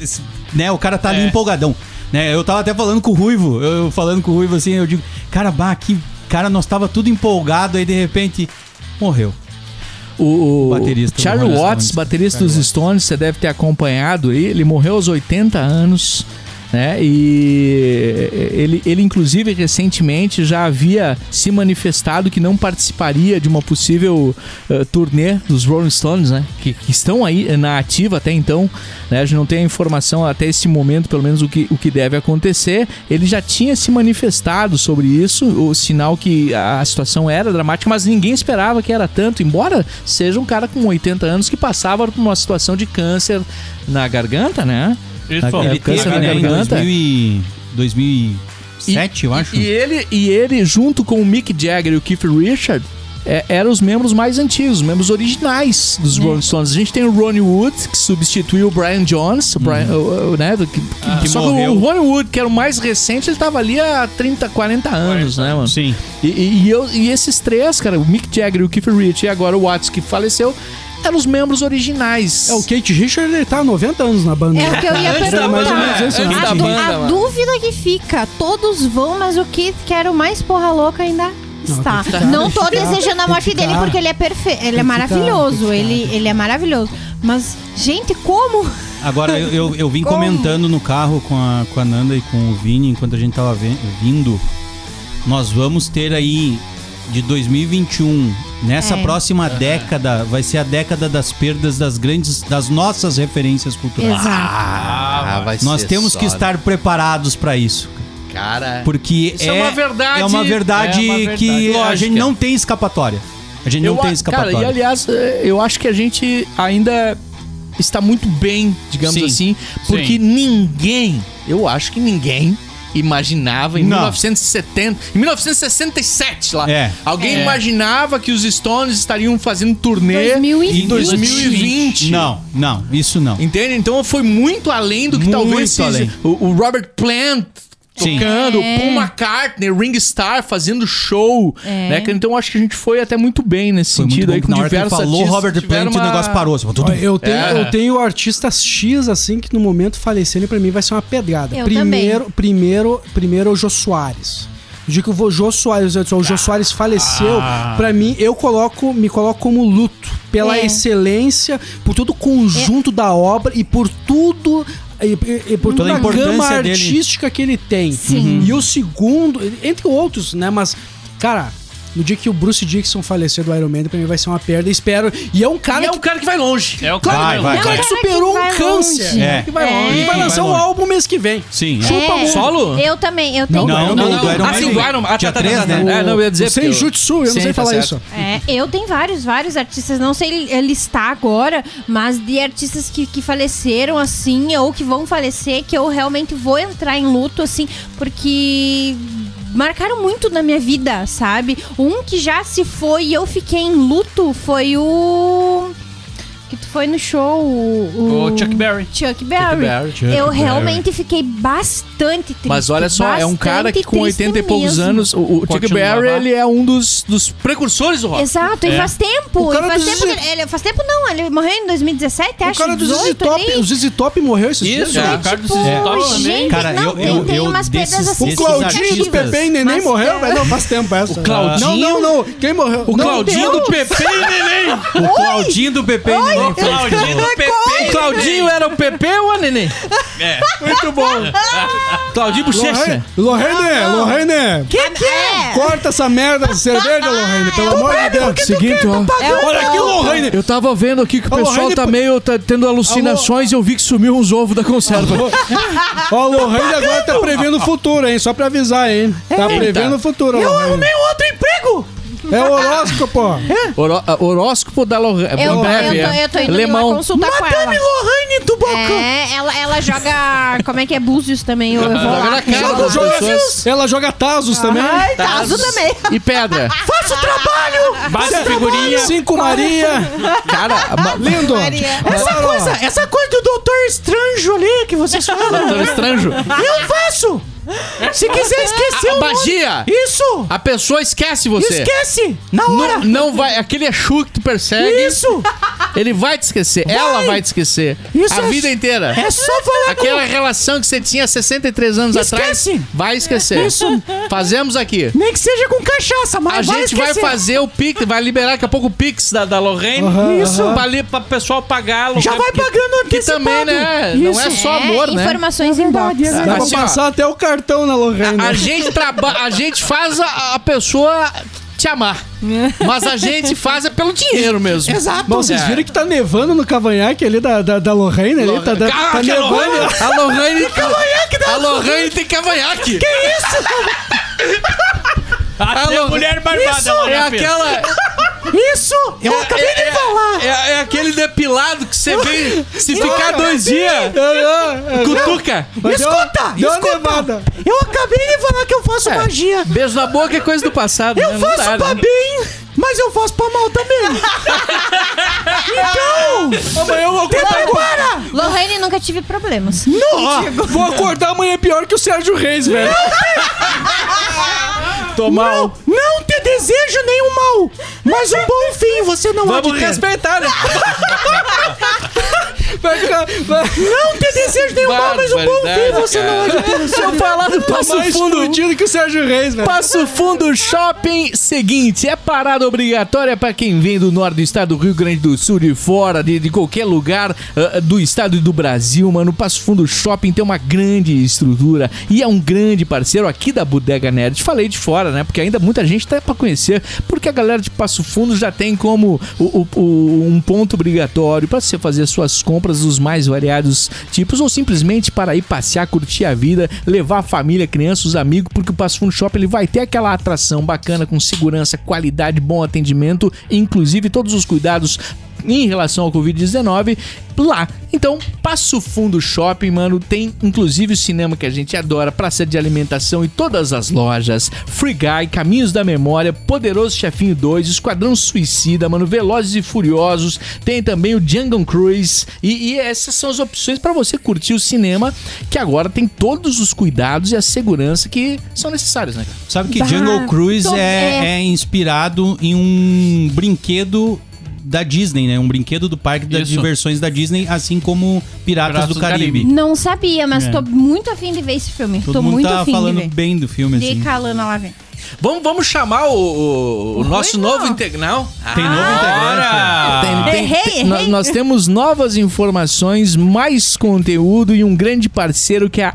esse- né? O cara tá ali
É.
empolgadão. Né? Eu tava até falando com o Ruivo. Eu eu falando com o Ruivo assim, eu digo, cara, bah, que. Cara, nós tava tudo empolgado, aí de repente. Morreu.
O, o
Baterista do
Charlie
Rolling
Watts,
Stones.
baterista
Charlie
dos Stones, você deve ter acompanhado aí. Ele morreu aos 80 anos, né? E ele, ele inclusive, recentemente já havia se manifestado que não participaria de uma possível eh, turnê dos Rolling Stones, né? Que, que estão aí eh, na ativa até então. Né? A gente não tem a informação até esse momento, pelo menos, o que, o que deve acontecer. Ele já tinha se manifestado sobre isso, o sinal que a a situação era dramática, mas ninguém esperava que era tanto, embora seja um cara com 80 anos que passava por uma situação de câncer na garganta, né?
Isso. É,
Ele
Ele
tem- câncer na
né, em
garganta.
2000 e- 2007, eu acho.
E ele, e ele junto com o Mick Jagger e o Keith Richard, é, eram os membros mais antigos, os membros originais dos Rolling Stones. A gente tem o Ronnie Wood, que substituiu o Brian Jones, o Brian, o- o- né, do que-
que
só
Uhum. Ah, morreu.
que o Ronnie Wood, que era o mais recente, ele tava ali há 30, 40 anos, né, mano?
Sim.
E, e- e eu- e esses três, cara, o Mick Jagger, o Keith Richards e agora o Watts, que faleceu, eram os membros originais.
É, o Kate Richard, ele tá há 90 anos na banda.
É o que eu ia
Antes era mais ou menos
perguntar.
isso,
Antes
né?
da
A,
Sim.
du-
banda,
a
mano.
dúvida que fica, todos vão, mas o Keith, que era o mais porra louca, ainda está.
tem que ficar,
Não
tem que
tô
ficar,
desejando a
tem
morte
que
dele
ficar.
porque ele é perfeito, ele é
que
maravilhoso,
ficar, tem que
ele, ele é maravilhoso. Mas, gente, como?
Agora, eu, eu, eu vim
Como?
comentando no carro com a, com a Nanda e com o Vini, enquanto a gente tava ve- vindo, nós vamos ter aí, de 2021, nessa
É.
próxima década, vai ser a década das perdas das grandes, das nossas referências culturais.
Exato.
Ah, vai
Nós
ser
temos que
só,
estar preparados para isso.
Cara.
Porque
Isso é uma verdade-
é uma verdade
é uma verdade
que a
lógica.
gente não tem escapatória. A gente
Eu
não tem
a-
escapatória.
Cara, e aliás, eh, eu acho que a gente ainda está muito bem, digamos
Sim.
assim, porque
Sim.
ninguém, eu acho que ninguém imaginava em
Não.
1970, em 1967 lá,
É.
alguém
É.
imaginava que os Stones estariam fazendo turnê
2020.
em 2020.
Não, não, isso não.
Entende? Então foi muito além do que
Muito
talvez se-
além.
O, o Robert Plant
Sim.
tocando,
É.
Paul McCartney, Ring Star fazendo show,
É.
né? cara? Então acho que a gente foi até muito bem nesse
Foi muito
sentido
bom
aí
que
com
na hora que ele
diversos
falou
artistas
Robert
tiveram
Plant, o
uma-
negócio parou. Assim, tudo-
Ó, Eu tenho,
É.
eu tenho artistas X, assim, que no momento falecerem, pra mim vai ser uma pedrada.
Eu
primeiro, primeiro, primeiro é o Jô Soares. O dia que eu vou Jô Soares, eu disse, ó, o
Ah.
Jô Soares faleceu, pra mim, eu coloco, me coloco como luto. Pela
É.
excelência, por todo o conjunto da obra e por tudo. E, e- e por toda,
Toda a
a gama
importância dele.
artística que ele tem. Uhum.
Sim.
E o segundo, entre outros, né? Mas, cara, no dia que o Bruce Dixon falecer do Iron Man, pra mim vai ser uma perda. Espero. E é um cara
E é
que
um cara que vai longe.
É o
Claro,
cara.
Vai, vai.
o cara que superou
Vai
um
longe.
câncer.
É.
Que vai longe.
É.
Ele vai
Vai
lançar um
longe.
álbum mês que vem.
Sim. é.
É,
muito.
Solo?
Eu também, eu tenho.
Não, não, do Iron
Ah,
Man.
sim, do Iron Man. Ah,
Tinha
tá, tá,
três,
tá, tá.
né?
É, não, eu ia dizer
Sem
porque eu-
jutsu, eu não
Sim,
sei
tá
falar
certo.
isso.
É, eu tenho vários, vários artistas, não sei eh, listar agora, mas de artistas que, que faleceram assim, ou que vão falecer, que eu realmente vou entrar em luto, assim, porque marcaram muito na minha vida, sabe? Um que já se foi e eu fiquei em luto foi o. Que tu foi no show, o.
O Chuck Berry.
Chuck Berry. eu realmente fiquei bastante triste.
Mas olha só, é um cara que com 80 e poucos anos, o, o Chuck
Continua,
Berry,
vá.
ele é um dos, dos precursores do rock.
Exato, e
É.
faz tempo.
O
E
cara
faz
do
tempo,
Zizi-
que- ele, faz tempo não, ele morreu em 2017,
O
acho.
cara do ZZ
18
Top,
é
ali.
o ZZ Top morreu esses
Isso,
dias.
É,
né?
o cara do
Pô,
Sistema também.
gente,
Cara,
não,
eu-
tem,
eu-
tem
eu-
umas
desses-
pedras assim.
O
Esses
Claudinho do
artistas.
Pepe e Neném
Mas- é.
morreu, mas não faz tempo essa.
Claudinho?
Não, não, não. Quem morreu?
O
Não,
Claudinho
Deus.
do Pepe e Neném.
O Claudinho do PP. Oi,
Claudinho do
O Claudinho era o Pepe ou a Neném?
É.
Muito bom. Claudinho Bochecha.
Lorraine, Lorraine, Lorraine,
Que que é?
corta essa merda de cerveja, Lorraine, pelo amor de Deus.
Seguinte, ó.
Olha aqui, Lorraine.
Eu tava vendo aqui que o
Alô,
pessoal
Raine,
tá
pa-
meio tá tendo alucinações e eu vi que sumiu uns ovos da conserva.
Ó, Lorraine agora tá prevendo o futuro, hein? Só pra avisar, hein? Tá prevendo o futuro, Lorraine.
outro emprego!
É o horóscopo, ó.
Horó- ah, horóscopo da é Lorraine.
Eu, eu, tô, eu tô indo lá consultar Tá com ela.
Lorraine do
É, ela, ela joga. Como é que é? Búzios também. Eu, eu vou
Joga
lá.
na cara das
Joga-
pessoas.
Ela joga Tazos também.
Ai, tá, azul também.
E pedra.
Faço trabalho!
Bate a figurinha.
Cinco Maria.
Cara,
Lindo.
Maria.
Essa coisa.
Doutor Estranjo ali que vocês falam. Doutor Estranjo. Eu faço!
Se quiser esquecer
A
o nome-
magia!
Isso!
A pessoa esquece você.
Esquece! Na hora!
Não, é não vai, aquele Exu que tu persegue,
Isso!
ele vai te esquecer, ela vai te esquecer.
Isso
a
é-
vida inteira.
É só falar com...
Aquela relação que você tinha 63 anos
Esquece. É
atrás, vai esquecer.
Isso.
Fazemos aqui.
Nem que seja com cachaça, mas
A gente vai
esquecer.
fazer o Pix, vai liberar daqui a pouco o Pix da, da Lorraine.
Aham,
isso.
aham.
Pra, li, pra pessoal pagar. a
Já vai
Lorraine, porque-
pagando
Que
antecipado.
também, né? Não é só amor, né?
Informações em box.
Verdade, é
Tá,
Dá pra
Assim, ó.
passar até o cartão na né? Lorraine.
A gente, traba... a gente faz a, a pessoa te amar. Mas a gente faz é pelo dinheiro mesmo.
Exato.
Bom,
É.
vocês viram que tá nevando no cavanhaque ali da, da, da Lorraine ali? Tá, tá, tá
Caraca, a
nevando.
Lorraine. A Lorraine, a Lorraine tem cavanhaque. Que isso?
Até
Alô.
mulher barbada, ela
É
já fez.
aquela.
Isso! Eu acabei de falar.
É, é aquele depilado que você vê se ficar
É,
dois dias. Cutuca.
Mas deu-
escuta!
deu uma
escuta!
nevada.
Eu acabei de falar que eu façço magia.
Beijo na boca é coisa do passado.
Eu
né? É. Não
faço
dá, né?
pra bem, mas eu faço pra mal também. então,
Amanhã eu vou
te
tá
acordar.
prepara!
tipo-
Lorraine, nunca tive problemas.
Não,
Vou acordar amanhã pior que o Sérgio Reis, velho. Tomar um.
não, não te desejo nenhum mal, mas um bom fim você não há de
Vamos
ter.
respeitar, né?
Vai ficar. Vai
Não te desejo nenhum mal, mas um bom fim
Barbaridade, Tá
você não há de ter.
Deixa eu falar do Passo
mais
Fundo.
explodido que o Sérgio Reis, velho.
Passo Fundo Shopping, seguinte, é parada obrigatória para quem vem do norte do estado do Rio Grande do Sul, de fora, de, de qualquer lugar ah, do estado e do Brasil, mano. O Passo Fundo Shopping tem uma grande estrutura e é um grande parceiro aqui da Bodega Nerd. Falei de fora, né? Porque ainda muita gente tá para conhecer, porque a galera de Passo Fundo já tem como o- o- o- um ponto obrigatório para você fazer suas compras dos mais variados tipos ou simplesmente para ir passear, curtir a vida, levar a família, crianças, os amigos, porque o Passo Fundo Shopping ele vai ter aquela atração bacana com segurança, qualidade, bom atendimento, inclusive todos os cuidados em relação ao Covid-19 lá. Então, Passo Fundo Shopping, mano, tem inclusive o cinema que a gente adora, praça de alimentação e todas as lojas, Free Guy, Caminhos da Memória, Poderoso Chefinho 2, Esquadrão Suicida, mano, Velozes e Furiosos, tem também o Jungle Cruise e, e essas são as opções para você curtir o cinema que agora tem todos os cuidados e a segurança que são necessários, né? cara?
Sabe que
Bah,
Jungle Cruise
tô-
é, é inspirado em um brinquedo da Disney, né? Um brinquedo do parque das
Isso.
diversões da Disney, assim como Piratas,
Piratas
do
do
Caribe.
Caribe.
Não sabia, mas
É.
tô muito afim de ver esse filme.
Todo
tô
mundo
muito
tá
afim de
falando
ver.
bem do filme, assim.
De calando lá vem.
Vamos, vamos chamar o, o- o nosso
não.
novo integral.
Tem novo integrante?
Ah.
Tem- tem-
Errei,
tem-
errei.
nó- Nós, temos novas informações, mais conteúdo e um grande parceiro que é a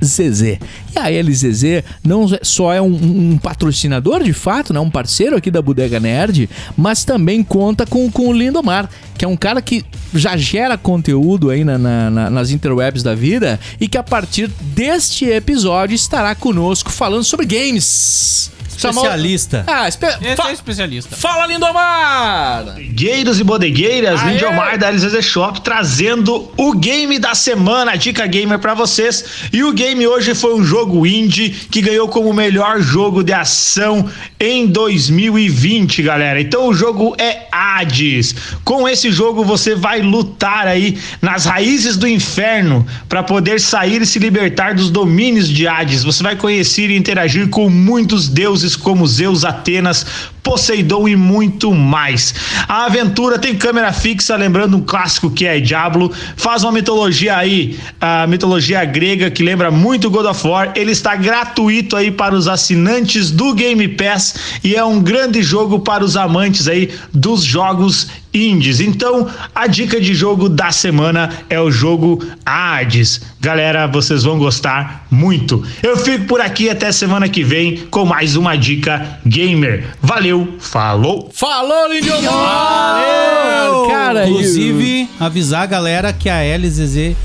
LZZ. E a LZZ não é- só é um, um- um patrocinador de fato, né, um parceiro aqui da Bodega Nerd, mas também conta com, com o Lindomar, que é um cara que já gera conteúdo aí na- na- na- nas interwebs da vida e que a partir deste episódio estará conosco falando sobre games. Chamar o-
Especialista.
Ah, espe...
Esse
fa-
é especialista.
Fala, Lindomar!
Bodegueiros e bodegueiras, Lindomar da LZZ Shop trazendo o game da semana, a dica gamer pra vocês. E o game hoje foi um jogo indie que ganhou como melhor jogo de ação em 2020, galera. Então o jogo é Hades. Com esse jogo você vai lutar aí nas raízes do inferno pra poder sair e se libertar dos domínios de Hades. Você vai conhecer e interagir com muitos deuses como Zeus, Atenas, Poseidon e muito mais. A aventura tem câmera fixa, lembrando um clássico que é Diablo. Faz uma mitologia aí, a mitologia grega que lembra muito God of War. Ele está gratuito aí para os assinantes do Game Pass e é um grande jogo para os amantes aí dos jogos indies. Então, a dica de jogo da semana é o jogo Hades. Galera, vocês vão gostar muito. Eu fico por aqui até semana que vem com mais uma dica gamer. Valeu, falou!
Falou, Lindomar! Valeu! Cara, e
Inclusive, avisar a galera que a LZZ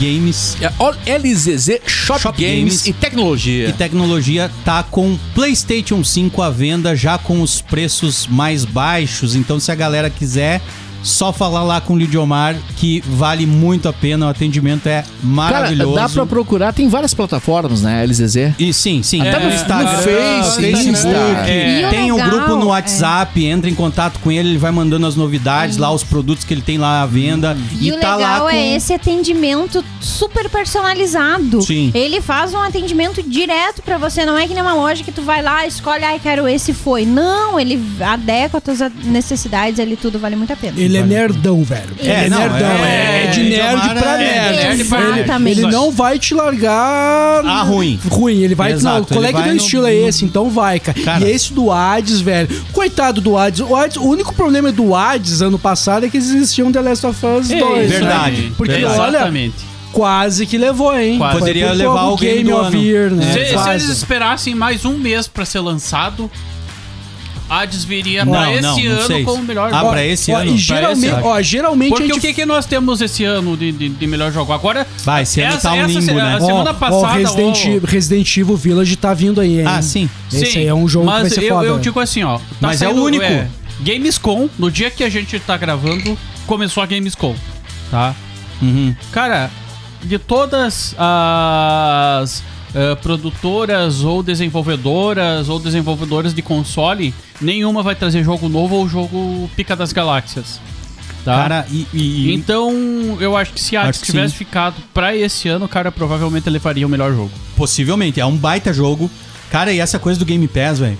Games
o- é, ó, LZZ Shop,
Shop
Games,
Games
e Tecnologia.
e Tecnologia tá com PlayStation 5 à venda já com os preços mais baixos. Então, se a galera quiser, Só falar lá com o Lidiomar que vale muito a pena, o atendimento é maravilhoso.
Cara, dá pra procurar, tem várias plataformas, né, LZZ?
E sim, sim.
Até no- no Face,
tem
Insta.
Facebook,
É. E o
tem um
legal,
grupo no
é.
WhatsApp, entra em contato com ele, ele vai mandando as novidades lá, os produtos que ele tem lá à venda.
Hum. E,
E,
o
tá
legal
lá com...
é esse atendimento super personalizado.
Sim.
Ele faz um atendimento direto pra você. Não é que nem uma loja que tu vai lá, escolhe, ai, quero esse foi. Não, ele adequa as tuas necessidades ali, tudo vale muito a pena.
Ele é nerdão, velho.
É,
ele
não,
é nerdão.
é-
É, de
é,
nerd
Itamar
pra
é-
nerd.
é nerd pra nerd.
Exatamente.
Ele não vai te largar.
Ah, ruim.
Ruim, ele vai.
Exato,
não, qual é
ele
que
vai
teu
no-
estilo é esse? Então vai, cara.
Cara.
E esse do Hades, velho. Coitado do Hades. O, Hades. o único problema do Hades ano passado é que existiam The Last of Us 2. né?
verdade.
Porque
Verdade.
olha,
Exatamente.
quase que levou, hein?
Quase.
Foi
Poderia
por
levar
pouco
o game do ano.
Year, né?
É,
Se, se eles
Quase.
esperassem mais um mês pra ser lançado, Hades viria pra
Não,
esse
não, não
ano
sei.
com o melhor
Ah,
jogo.
pra esse
ó,
ano,
E
pra
geralmente,
esse ano.
ó, geralmente
Porque
a gente
o que, que nós temos esse ano de, de- de melhor jogo? Agora,
Vai, esse ano
Essa-
tá um
essa
limbo,
será-
né?
essa- semana
Ó, ó,
passada,
Resident,
ó.
Resident Evil Village tá vindo aí, hein?
Ah, sim.
Esse aí é um jogo
mas
que vai ser
eu,
foda.
eu
né?
digo assim, ó. tá
Mas é o único.
Gamescom, no dia que a gente tá gravando, começou a Gamescom, tá?
Uhum.
Cara, de todas as eh, produtoras ou desenvolvedoras ou desenvolvedoras de console, nenhuma vai trazer jogo novo ou jogo Pica das Galáxias. Tá?
Cara, e, e- e-
então, eu acho que se a
Acho
Hades
que
tivesse
sim.
ficado pra esse ano, cara, provavelmente ele faria o melhor jogo.
possivelmente, é um baita jogo. Cara, e essa coisa do Game Pass, velho,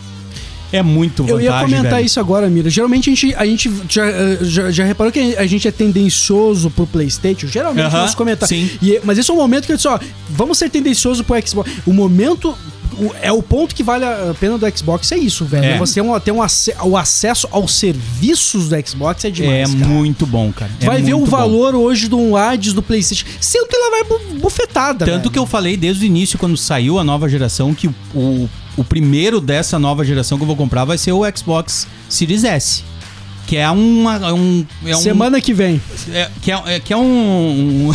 é muito
Eu
vantagem,
ia comentar
velho.
isso agora, Mira. Geralmente a gente, a gente já, eh, já, já reparou que a gente é tendencioso pro PlayStation. Geralmente
Aham,
nós comentamos.
sim.
E- mas esse é o momento que eu disse, ó, vamos ser tendencioso pro Xbox. O momento. o- é o ponto que vale a pena do Xbox, é isso, velho.
É.
Você ter, um, ter um ace- o acesso aos serviços do Xbox é demais.
é
cara.
muito bom, cara. É
Vai ver o
muito bom.
valor hoje de um Hades do PlayStation. Senta e lá vai bu- bufetada.
Tanto que eu falei desde o início, quando saiu a nova geração, que o, o primeiro dessa nova geração que eu vou comprar vai ser o Xbox Series S. Que é uma. É um, é um-
Semana que vem.
é- que, é, é- que é um.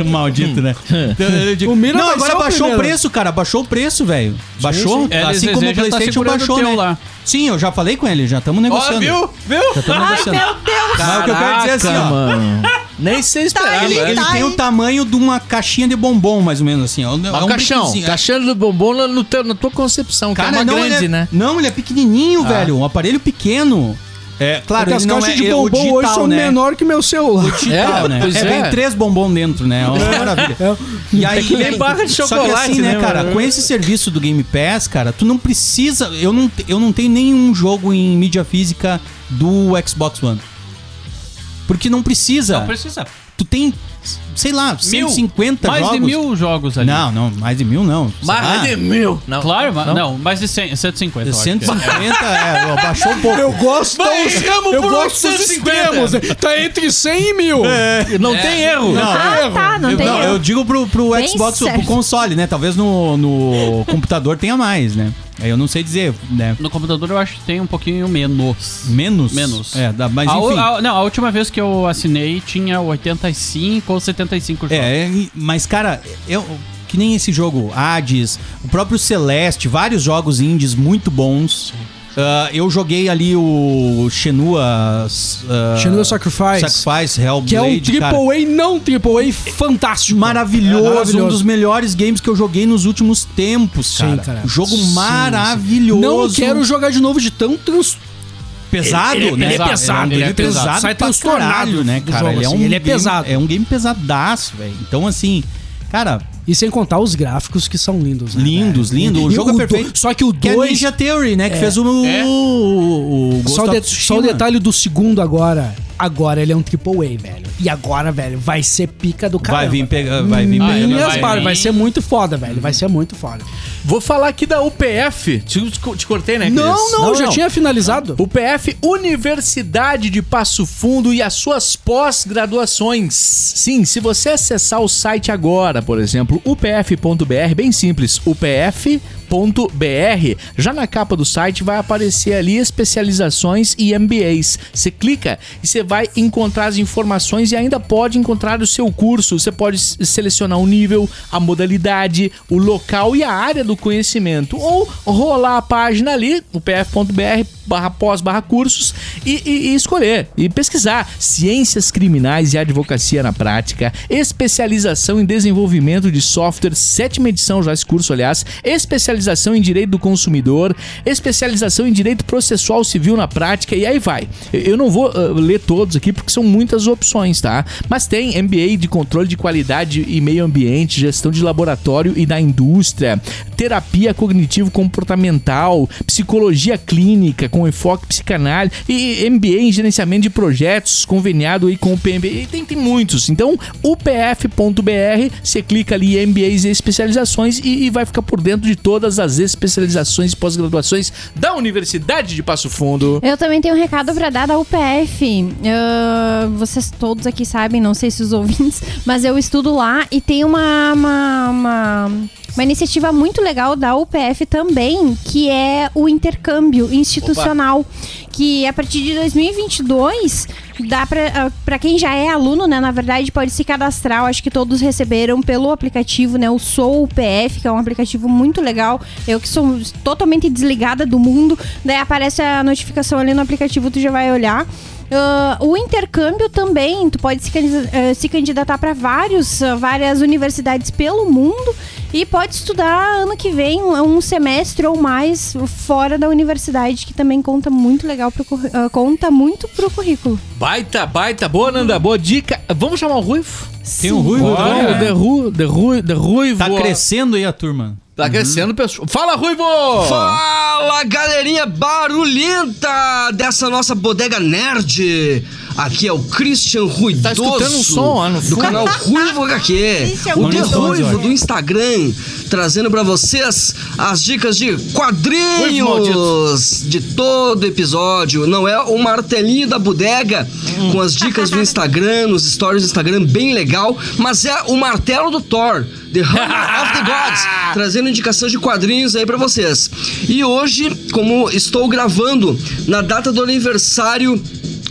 um- maldito, né?
Hum.
Eu- eu digo-
O Mira
não,
vai
agora
ser o
baixou o,
primeiro.
preço, cara. Baixou o preço, velho. Baixou?
sim.
Assim
LZZ
como o
já tá
PlayStation
segurando o
baixou,
teu
né?
lá.
Sim, eu já falei com ele, já estamos negociando.
Viu? Ah,
Já estamos
Ai,
negociando.
meu Deus!
Mas o que eu quero dizer é assim, ó.
mano. Nem sei esperar,
Ele,
velho.
ele
tá
tem
aí.
o tamanho de uma caixinha de bombom, mais ou menos assim. ó. É
Mas
um
caixão,
tá
brinquedozinho, é.
caixão do tá bombom na, no teu- na tua concepção, que é uma
não,
grande,
ele é,
né?
Não, ele é pequenininho, velho. Um aparelho pequeno. É, claro,
Porque as caixas de bombom hoje são menor que meu celular.
né? Digital,
É,
né?
pois
É,
é.
tem três bombom dentro, né? É uma maravilha. E aí,
que nem barra de
Só que
chocolate,
assim, né,
né,
cara?
mano?
Com esse serviço do Game Pass, cara, tu não precisa. Eu não, te- eu não tenho nenhum jogo em mídia física do Xbox One. Porque não precisa.
Precisa.
Tu tem, sei lá, 150
mais
jogos.
de mil jogos ali.
Não, não, mais de mil não. Sei lá.
é mil. Não.
Claro, mas- não. mais de 100, 150. eu acho que é.
150, é, ó, baixou um pouco.
Eu gosto
Vai,
dos,
erramos
eu
por
gosto dos
850.
extremos. né? Tá entre 100 e mil.
É.
Não tem erro.
Ah, tá, não
eu,
tem
não, eu digo pro, pro
Bem
Xbox,
certo.
pro console, né? Talvez no, no computador tenha mais, né? Aí eu não sei dizer, né?
No computador eu acho que tem um pouquinho menos.
Menos?
Menos.
É, dá, mas
a, u-
enfim.
a- não, a última vez que eu assinei tinha 85 ou 75 jogos.
É, é, e- mas cara, eu... Que nem esse jogo, Hades, o próprio Celeste, vários jogos indies muito bons. Ah, eu joguei ali o Shenua... ah,
Shenmue Sacrifice.
Sacrifice, Hellblade,
Que é um
cara.
AAA não AAA fantástico.
maravilhoso,
É, maravilhoso.
um dos melhores games que eu joguei nos últimos tempos, cara. Um
Sim, cara.
Jogo
Sim, sim.
maravilhoso.
Não quero jogar de novo de tão trans...
pesado, né?
pesado, ele é pesado.
Sai
pra
transtornado
caralho, né,
do
cara?
jogo,
ele é um
assim, ele é
game-
pesado.
É um game pesadaço, velho. Então assim, cara,
E sem contar os gráficos que são lindos. né,
lindos,
velho?
lindo. O
E
jogo é
do-
perfeito.
Só que o
Que é
2...
Ninja Theory, né? Que fez o,
É.
o, o Ghost
É. Só, o
of
de- só o
Tsushima.
detalhe do segundo agora. Agora ele é um AAA, velho. E agora, velho, vai ser pica do caramba.
Vai vir pegar, vai vir
Ah,
pegar.
ele
Minhas
vai
barbas,
vir.
vai ser muito foda, velho. Vai ser muito foda.
Vou falar aqui da UPF. Te, te cortei, né, Cris?
Não, não, já tinha finalizado.
O PF Universidade de Passo Fundo e as suas pós-graduações. Sim, se você acessar o site agora, por exemplo, upf.br, bem simples, upf.br, já na capa do site vai aparecer ali especializações e MBAs. Você clica e você vai encontrar as informações e ainda pode encontrar o seu curso. Você pode s- selecionar o nível, a modalidade, o local e a área do do conhecimento. Ou rolar a página ali, o pf.br barra pós barra cursos e, e- e escolher e pesquisar ciências criminais e advocacia na prática, especialização em desenvolvimento de software, sétima edição já esse curso, aliás, especialização em direito do consumidor, especialização em direito processual civil na prática e aí vai. Eu- Eu não vou ah, ler todos aqui porque são muitas opções, tá? Mas tem MBA de controle de qualidade e meio ambiente, gestão de laboratório e da indústria, terapia cognitivo-comportamental, psicologia clínica com enfoque psicanálise e MBA em gerenciamento de projetos, conveniado aí com o PMB. E tem, tem muitos. Então, upf.br, você clica ali em MBAs e especializações e, e vai ficar por dentro de todas as especializações e pós-graduações da Universidade de Passo Fundo.
Eu também tenho um recado pra dar da UPF. Ah, vocês todos aqui sabem, não sei se os ouvintes, mas eu estudo lá e tem uma, uma, uma, uma iniciativa muito legal da UPF também, que é o intercâmbio institucional. Que a partir de 2022 dá pra, ah, pra quem já é aluno, né? Na verdade, pode se cadastrar. Eu acho que todos receberam pelo aplicativo, né? O Sou UPF, que é um aplicativo muito legal. Eu que sou totalmente desligada do mundo, daí aparece a notificação ali no aplicativo, tu já vai olhar. Ah, o intercâmbio também, tu pode se, candida- eh, se candidatar para vários, ah, várias universidades pelo mundo e pode estudar ano que vem um um semestre ou mais fora da universidade, que também conta muito legal pro, curr- ah, conta muito pro currículo.
Baita, baita, boa, Nanda, boa dica. Vamos chamar o Ruivo?
Tem um ruivo.
Vamos,
agora?
de Ru, de Ru, de Ruivo.
Tá crescendo aí a turma.
Tá crescendo, pessoal. Fala, Ruivo!
Fala galerinha barulhenta dessa nossa bodega nerd! Aqui é o Christian Ruidoso.
Tá escutando um som lá no
do
fundo?
canal Ruivo HQ.
Christian
o The
Ruidoso.
Ruivo do Instagram, trazendo pra vocês as dicas de
Ruivo maldito.
quadrinhos de todo episódio. Não é o martelinho da bodega
Hum.
com as dicas do Instagram, nos stories do Instagram, bem legal, mas é o martelo do Thor. The Hammer of the Gods, trazendo indicação de quadrinhos aí pra vocês. E hoje, como estou gravando na data do aniversário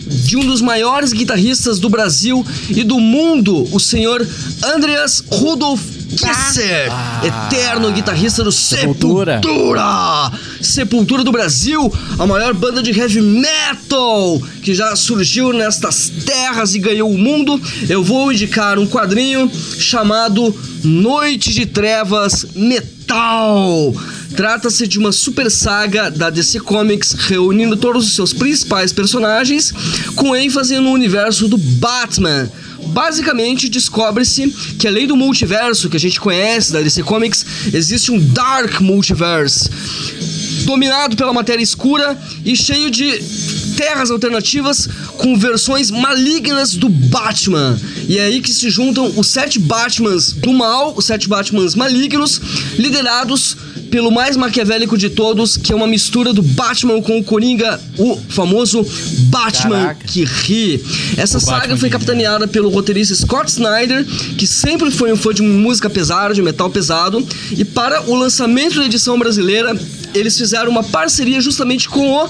de um dos maiores guitarristas do Brasil e do mundo, o senhor Andreas Rudolf Kisser, eterno guitarrista do
Sepultura.
Sepultura. Sepultura do Brasil, a maior banda de heavy metal que já surgiu nestas terras e ganhou o mundo. Eu vou indicar um quadrinho chamado Noite de Trevas Metal. Trata-se de uma super saga da DC Comics reunindo todos os seus principais personagens com ênfase no universo do Batman. Basicamente, descobre-se que além do multiverso que a gente conhece da DC Comics, existe um Dark Multiverse dominado pela matéria escura e cheio de terras alternativas com versões malignas do Batman. E é aí que se juntam os sete Batmans do mal, os sete Batmans malignos, liderados pelo mais maquiavélico de todos, que é uma mistura do Batman com o Coringa, o famoso Batman que ri. Essa saga foi capitaneada pelo roteirista Scott Snyder, que sempre foi um fã de música pesada, de metal pesado, e para o lançamento da edição brasileira, eles fizeram uma parceria justamente com o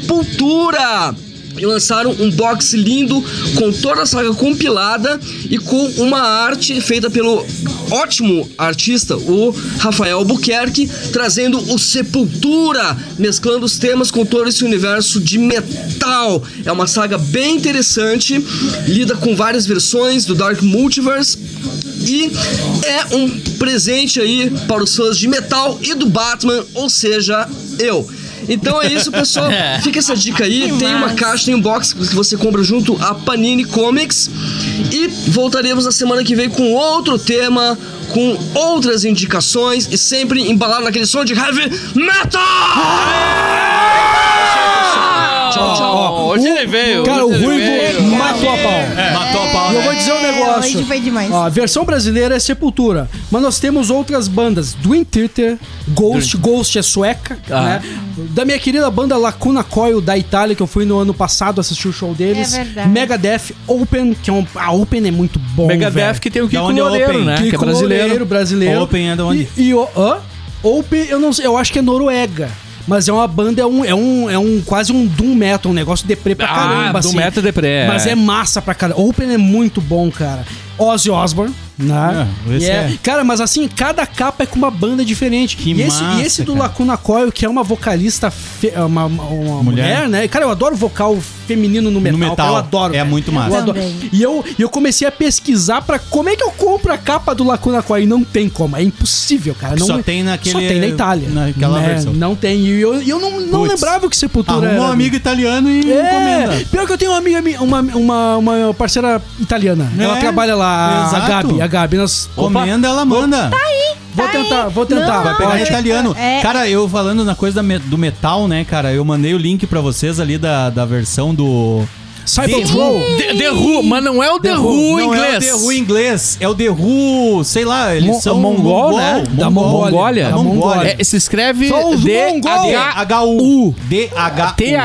Sepultura. E lançaram um box lindo com toda a saga compilada e com uma arte feita pelo ótimo artista, o Rafael Buquerque, trazendo o Sepultura, mesclando os temas com todo esse universo de metal. É uma saga bem interessante, lida com várias versões do Dark Multiverse. E é um presente aí para os fãs de metal e do Batman, ou seja, eu. Então é isso, pessoal. Fica essa dica aí. Tem uma caixa, tem um box que você compra junto a Panini Comics. E voltaremos na semana que vem com outro tema, com outras indicações e sempre embalado naquele som de heavy metal! Tchau, tchau.
Ó,
Hoje
o-
ele veio.
Cara, o
hoje ele
Ruivo é
veio.
matou a pau.
É.
Matou a pau,
E eu
né?
vou dizer um negócio.
hoje foi demais.
Ó, a versão brasileira é Sepultura. Mas nós temos outras bandas. Dream Theater, Ghost. Ghost é sueca,
Ah,
né? Da minha querida banda Lacuna Coil da Itália, que eu fui no ano passado assistir o show deles.
É verdade.
Megadeth, Open, que é um... A Open é muito bom,
Megadeth
velho.
que tem o
Da
Kiko
onde é o
Loureiro,
Open?
né?
Kiko
que é brasileiro.
Loureiro, brasileiro.
Open é da onde?
E, e o... hã? Open, eu não sei, eu acho que é noruega. Mas é uma banda, é um, é um, é um quase um doom metal, um negócio deprê
Ah,
pra caramba,
Ah, do
é
assim.
Meta Depré.
é Mas é massa pra caralho. Open é muito bom, cara. Ozzy Osbourne, Né?
É, esse
E é-
é.
Cara, mas assim, cada capa é com uma banda diferente.
Que
e, esse,
massa,
e esse do
cara.
Lacuna Coil, que é uma vocalista, fe- é uma, uma- uma mulher.
Mulher.
né? Cara, eu adoro vocal feminino no metal.
no metal.
Eu adoro.
É
velho.
muito
Eu
massa.
adoro.
Também.
E eu, e eu comecei a pesquisar pra como é que eu compro a capa do Lacuna Coil. E não tem como, é impossível, cara. Não,
Só tem naquele-
Só tem na Itália. né?
naquela versão.
Não tem. E eu, e eu não, não
Puts.
lembrava que Sepultura
Arruma
era.
um amigo italiano e
É,
encomenda.
pior que eu tenho uma amiga, minha- uma, uma, uma parceira italiana.
É,
Ela trabalha lá, a
exato.
Gabi. A Gabi, nós.
Comenda, ela manda.
Vou tentar, vou tentar.
Vai pegar
Pode.
em italiano.
É.
Cara, eu falando na coisa da me- do metal, né, cara? Eu mandei o link pra vocês ali da, da versão do.
Cyber
Sim.
Flow.
The, The Who, mas não é o The, Who,
Não
inglês.
É o The Who inglês. É o The Who, sei lá, eles
Mo-
são.
mongol, né? Da Mongólia.
Da Mongólia.
É, se escreve
São os mongols.
D-H-U. D-H-U.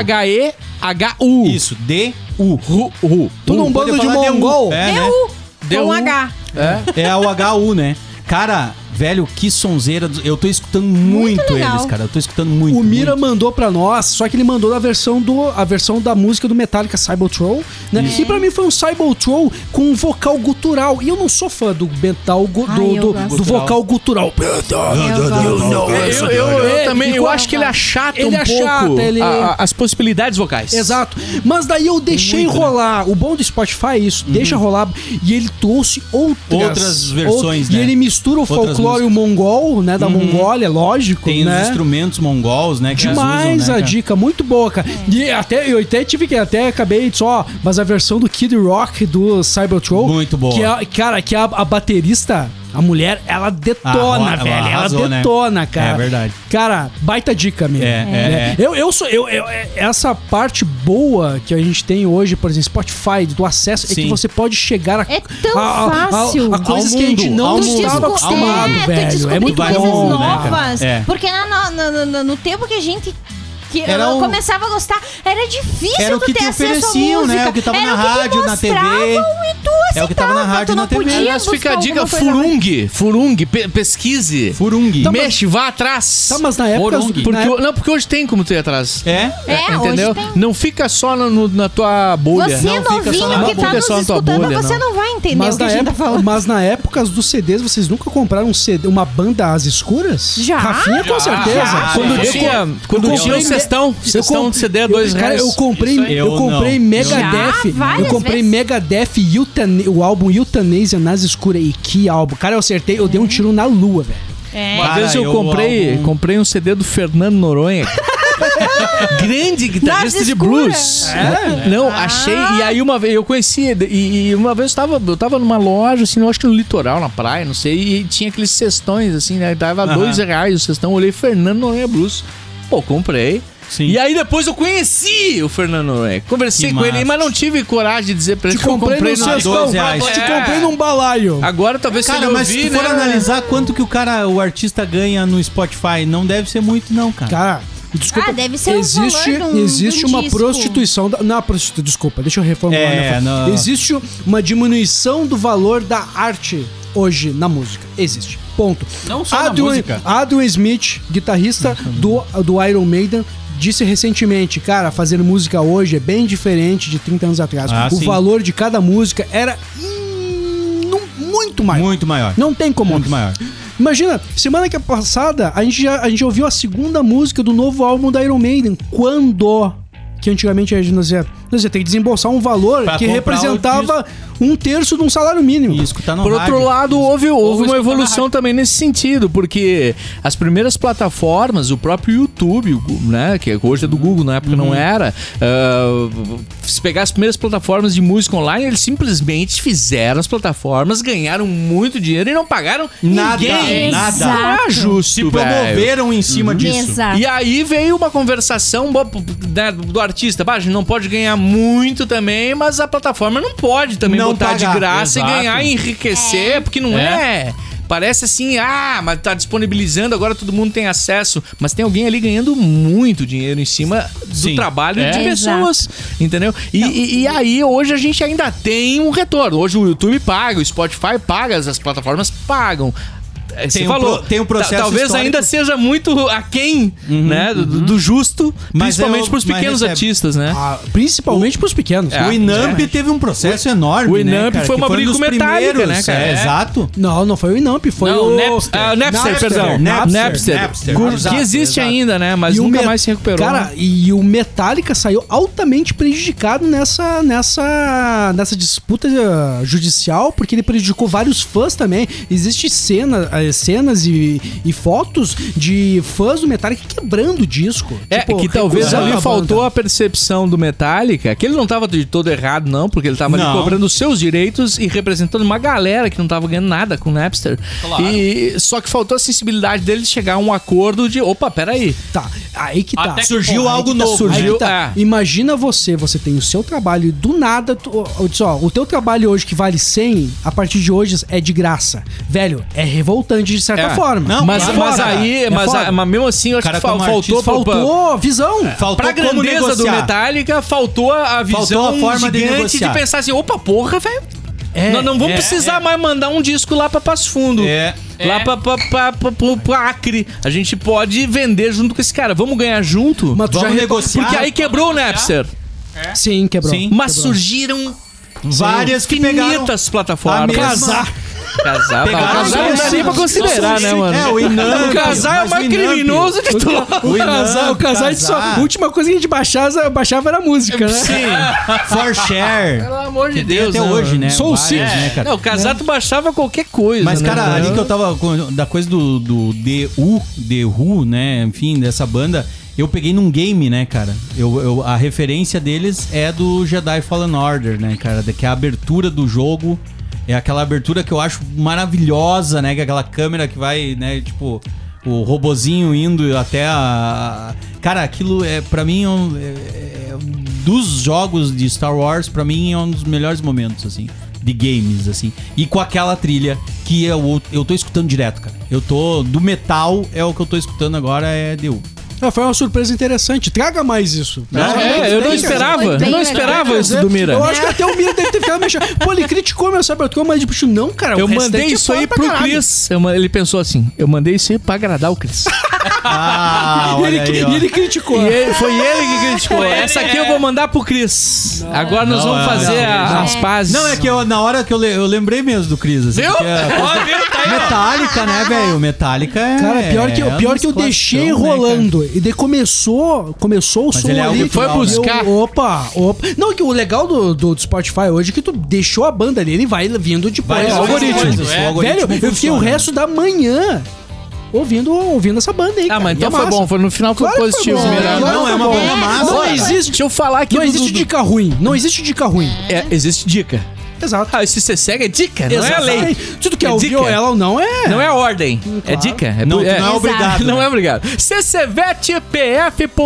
D-H-E-H-U.
Isso, D-U.
Ru, Ru.
Tudo um bando
Poder
de
Hum, falar D-U.
mongol.
É, né?
Deu!
Deu
Com
um.
H.
É.
É o HU, né? Cara, velho, que sonzeira. do- Eu tô escutando muito,
legal.
eles, cara. Eu tô escutando muito.
O Mira
muito.
mandou pra nós, só que ele mandou a versão do a versão da música do Metallica Cyber Troll, né? E pra mim foi um Cyber Troll com um vocal gutural. E eu não sou fã do metal gu-
Ai,
do,
eu
do,
gosto.
do vocal gutural.
Eu gosto.
Eu, eu- eu
É,
também, eu
ficou-
acho que ele achata
Ele
um
achata,
pouco
ele-
a- a- as possibilidades vocais.
Exato. Mas daí eu deixei
né?
rolar. O bom do Spotify é isso, deixa rolar. E ele trouxe outras,
Uhum. Outras versões,
E
né?
ele mistura o
Outras Uhum.
folclore mongol, né? Da Mongólia, lógico.
Tem
né?
os instrumentos mongols, né? Que eles
Demais
usam, né,
a
cara?
dica, muito boa, cara.
É.
E até, eu até tive que, até acabei de só, mas a versão do Kid Rock do Cyber Troll.
Muito boa.
Que é- cara, que a, a baterista, a mulher, ela detona,
Ah, ela
velho. Ela,
arrasou, né?
detona, cara.
É verdade.
Cara, baita dica mesmo.
É,
né?
é,
Eu, eu sou, eu, eu- é- essa parte boa que a gente tem hoje, por exemplo, Spotify, do acesso, é que
Sim.
você pode chegar a.
É tão
a-
Ah,
a- a-
fácil.
A, coisas
Ao
que a gente
mundo,
não
ao mundo,
estava
ao
acostumado,
mundo.
velho. É muito
coisas
bom.
né, cara?
novas.
É.
Porque na- na- na- na- na- no tempo que a gente. Que
Era
eu
o-
começava a gostar, era difícil
Era o
tu
que
ter
te
acesso à
ofereciam, né?
música.
O que tava
Era
na
o que
rádio, na TV.
mostravam E tu aceitava,
É o que tava na rádio,
tu não
na TV.
podia
Aliás,
buscar
fica a dica,
alguma coisa né? mais.
furungue, furungue, pe- pesquise.
Furungi.
Tá, mas-
Mexe, vá atrás.
Tá, mas na época-
Furungue.
na
Porque,
época-
Não, porque hoje tem como tu ir atrás.
É?
É, hoje
Entendeu?
tem.
Não fica só no- no- na tua bolha.
Você
não fica só na
novinho que
bolha,
tá nos
só na tua
escutando,
bolha,
você não. vai entender
Mas
o que
na,
a gente tá
época,
falando.
mas na época dos CDs, vocês nunca compraram um CD, uma banda às escuras?
Já.
Rafinha, com certeza.
Ah,
Quando
quando
eu
tinha, quando
eu
tinha o
comprei-
cestão, cestão de CD é dois
eu, cara,
reais.
eu comprei,
Isso aí.
eu
Eu
comprei
não.
Já,
Megadeth,
várias
eu comprei
vezes.
Megadeth e Euthana- o álbum Euthanasia nas escuras e que álbum. Cara, eu acertei, eu dei um tiro na lua, velho.
Uma
Cara,
vez eu,
eu
comprei,
algum-
comprei um CD do Fernando Noronha. Grande guitarrista
Nas
de
escuras.
blues. Não, achei. E aí uma vez eu conheci, e, e uma vez eu tava, eu tava numa loja, assim, eu acho que no litoral, na praia, não sei, e tinha aqueles cestões, assim, né? Dava
Aham.
dois reais o cestão, eu olhei Fernando Noronha Blues. Pô, comprei.
Sim.
E aí depois eu conheci o Fernando Noronha. Conversei
Que
com ele,
massa.
mas não tive coragem de dizer pra ele
Te
que eu
comprei
comprei
no Ah,
na-
cestão.
dois
reais.
É.
Te comprei num balaio.
Agora talvez se
Cara,
ele
mas
ouvir,
se tu for
né?
analisar quanto que o cara, o artista ganha no Spotify, não deve ser muito, não, cara.
Cara, desculpa.
Ah, deve ser o
existe,
valor de um-
existe
de um
uma
disco.
prostituição. Da, não, prostituição, desculpa, deixa eu reformular.
É,
minha fala.
não.
Existe uma diminuição do valor da arte hoje na música. Existe. Ponto.
Não só na música.
Adam Smith, guitarrista do, do Iron Maiden, disse recentemente, cara, fazer música hoje é bem diferente de 30 anos atrás.
Ah,
o
sim.
valor de cada música era hum, não- muito maior.
Muito maior.
Não tem como.
Muito maior.
Imagina, semana que é passada a gente, já, a gente ouviu a segunda música do novo álbum da Iron Maiden. Quando? Que antigamente a gente nós ia, nós ia ter que desembolsar um valor
Pra
que
comprar
representava um terço de um salário mínimo.
E escutar no
Por
rádio.
outro lado, houve, houve uma
escutar na
evolução também nesse sentido, porque as primeiras plataformas, o próprio YouTube, o Gu- né, que hoje é do Google, na época
Uhum.
não era, ah, se pegar as primeiras plataformas de música online, eles simplesmente fizeram as plataformas, ganharam muito dinheiro e não pagaram
Nada,
ninguém.
nada.
Não é justo,
se
velho.
promoveram em cima disso.
Exato.
E aí veio uma conversação bo- né, do artista. Bah, a gente não pode ganhar muito também, mas a plataforma não pode também
Não
botar
pagar.
de graça
Exato.
e ganhar e enriquecer, porque não é. Parece assim, ah, mas tá disponibilizando, agora todo mundo tem acesso. Mas tem alguém ali ganhando muito dinheiro em cima do
Sim.
trabalho
É.
de
Exato.
pessoas, entendeu? E, e- e aí hoje a gente ainda tem um retorno. Hoje o YouTube paga, o Spotify paga, as plataformas pagam. é, você
Tem um
falou,
pro- tem um processo
talvez
histórico.
ainda seja muito aquém, né, do, do justo,
Mas
principalmente
eu-
pros
mas
pequenos
recebe.
artistas, né?
Ah, principalmente pros pequenos.
É.
o Inamp teve um processo enorme.
o Inamp
né, cara,
foi
que
uma briga
um dos
com Metallica,
primeiros,
né, cara?
é,
É.
Exato.
Não, não foi o Inamp, foi
Não,
o.
Napster. Ah, Napster,
Napster,
perdão.
Napster,
Napster.
Napster.
Gu-
Exato,
que existe
exato.
ainda, né? Mas
E o
nunca
Met-
mais se recuperou. né?
Cara, e o Metallica saiu altamente prejudicado nessa, nessa, nessa disputa eh, judicial, porque ele prejudicou vários fãs também. Existem cena, eh, cenas e, e fotos de fãs do Metallica quebrando o disco.
É, né?
Tipo,
que talvez
recusando
ali
a
faltou
banda.
a percepção do Metallica, que ele não tava de todo errado, não, porque ele tava ali
Não.
cobrando os seus direitos e representando uma galera que não tava ganhando nada com o Napster. E, só que faltou a sensibilidade dele de chegar a um acordo de, opa, peraí.
Tá, aí que tá.
Até que
Surgiu
Aí que
algo
tá,
novo.
surgiu-
né?
aí que tá.
é.
Imagina você, você tem o seu trabalho e do nada, tu, ó, ó, diz, ó, o teu trabalho hoje que vale 100, a partir de hoje é de graça. Velho, é revoltante de certa
É.
forma.
Não,
mas,
claro.
mas
foda,
aí,
é
mas,
foda.
a- mas mesmo assim, eu acho
Cara,
que fal-
como
faltou,
artista,
faltou É.
Faltou visão.
Faltou
Pra
como
grandeza do
negociar.
Metallica, faltou a a
Faltou
visão
a forma de
gigante de,
negociar.
pensar assim, opa, porra, velho. Nós não vamos
é,
precisar mais mandar um disco lá pra Passo Fundo.
É.
Lá
É.
pra, pra, pra, pra, pro- pro Acre. A gente pode vender junto com esse cara. Vamos ganhar junto?
Mas tu
Vamos
já reparou-
negociar.
Porque aí quebrou o Napster.
Sim, quebrou.
Sim.
Mas surgiram
várias que pegaram
infinitas
a
plataformas.
mesma...
Casar,
Pegaram
não, casar não dá nem pra considerar, né, mano?
É, o Inamp.
O casar é o
mas
mais
Inamp-
criminoso de todos.
O casal,
Inamp,
o casal, a gente só.
casar.
A última coisa que a gente baixava, baixava era a música, né?
For share.
Pelo amor de Deus,
Até
né,
hoje,
mano?
né?
Soul
Várias,
Sick.
né, cara?
Não, casar tu baixava qualquer coisa.
Mas,
né,
cara,
mano?
ali que eu tava. com- Da coisa do, do DU, DU, né? Enfim, dessa banda. Eu peguei num game, né, cara? Eu, eu- a referência deles é do Jedi Fallen Order, né, cara? Da- Que é a abertura do jogo. É aquela abertura que eu acho maravilhosa, né? Que é aquela câmera que vai, né, tipo. O robozinho indo até a. Cara, aquilo é, pra mim, é um- é- é um dos jogos de Star Wars, pra mim é um dos melhores momentos, assim, de games, assim. E com aquela trilha que eu, eu tô escutando direto, cara. Eu tô. Do metal é o que eu tô escutando agora, é deu.
Ah, foi uma surpresa interessante. Traga mais isso.
É, eu não esperava.
Foi
Eu
bem
não
legal.
esperava isso do Mira.
é. Eu acho que até o Mira deve ter ficado mexendo. Pô, ele criticou meu Cybertron, mas tipo, não, cara. o
Eu
restante
mandei
é
isso
foda
aí
pra
pro
caralho.
Chris. Eu ma- ele pensou assim: eu mandei isso aí pra agradar o Chris.
Ah,
E ele, e ele criticou.
e
é
ele- foi ele que criticou. Essa aqui eu vou mandar pro Chris. Agora nós
Não,
vamos
é,
fazer
não,
a-
não.
as pazes.
Não, é que eu, na hora que eu, le- eu lembrei mesmo do Cris, assim.
Viu?
porque é-
Ó, viu? Tá aí, ó.
Metallica, né, velho? Metallica é.
Cara, pior que,
é
pior que eu
um dos
deixei
classicão, né, cara?
rolando. e daí começou, começou o som
ele é
ali.
algo Foi
final, né? buscar.
Eu, opa, opa. Não, que o legal do, do, do Spotify hoje é que tu deixou a banda ali, ele vai vindo depois.
Vai,
É,
o algoritmo.
coisas, é.
o
Velho,
algoritmo
eu fiquei o
funciona.
resto da manhã ouvindo, ouvindo essa banda aí.
Ah,
cara,
mas
e é
então foi
massa.
bom. Foi no final foi
Claro que foi
positivo.
bom.
Mira.
Claro que
Não, é
foi
uma
bom.
banda massa.
Não
Não existe. Deixa eu falar aqui.
Não
do-
existe
do-
dica né? ruim. Não existe dica ruim.
É, existe dica.
Exato.
Ah, se você segue é dica, não é a lei.
Exatamente. Se tu quer
É
ouvir
dica.
ela ou não, é.
Não é ordem,
Hum,
é dica. É
Não,
pu-
tu não é
Exato.
obrigado,
Não
né?
é obrigado.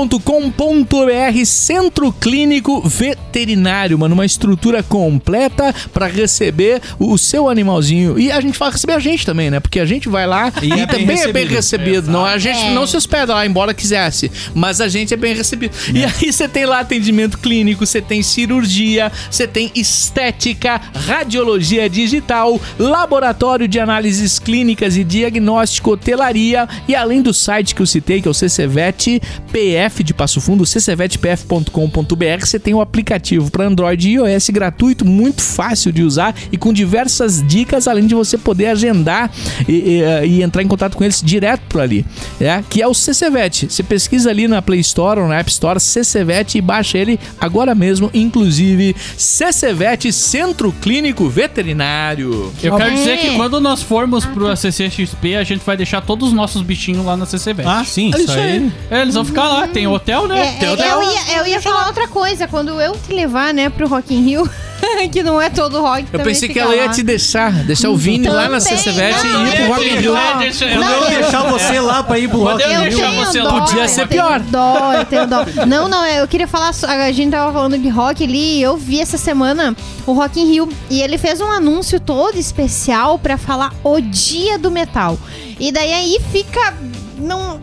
ccvetpf.com.br Centro Clínico Veterinário, mano. Uma estrutura completa pra receber o o seu animalzinho. E a gente fala receber a gente também, né? Porque a gente vai lá e,
E é bem
também é bem
recebido.
recebido. não, a gente
É.
não se hospeda lá, embora quisesse. Mas a gente é bem recebido. E aí você tem lá atendimento clínico, você tem cirurgia, você tem estética, radiologia digital, laboratório de análises clínicas e diagnóstico, hotelaria e além do site que eu citei, que é o CCVET PF de Passo Fundo, ccvetpf.com.br, você tem o aplicativo para Android e iOS gratuito, muito fácil de usar e com diversas dicas, além de você poder agendar e, e, e entrar em contato com eles direto por ali, é, que é o CCVET. Você pesquisa ali na Play Store ou na App Store CCVET e baixa ele agora mesmo, inclusive CCVET Centro Clínico Veterinário.
Eu quero
É.
dizer que quando nós formos pro ACCXP, a gente vai deixar todos os nossos bichinhos lá na CCB.
Ah, sim, isso aí.
É, eles vão ficar lá, tem hotel, né?
É, é, eu, ia, eu ia falar outra coisa, quando eu te levar, né, pro Rock in Rio, que não é todo rock
Eu
também
pensei que
fica
ela ia
lá.
te deixar, deixar o Vini lá na
Também,
CCVET
não,
e ir É, pro Rock in Rio.
não.
Eu
Eu
Não,
vou
eu-
deixar você lá pra ir pro
Quando
Rock
eu
in
Eu
Rio.
deixar
tenho
você
dó,
lá.
Podia ser
eu tenho
pior.
Dó, eu tenho dó. Não, não, eu queria falar. só- A gente tava falando de rock ali. Eu vi essa semana o Rock in Rio e ele fez um anúncio todo especial pra falar o dia do metal. E daí aí fica. Não,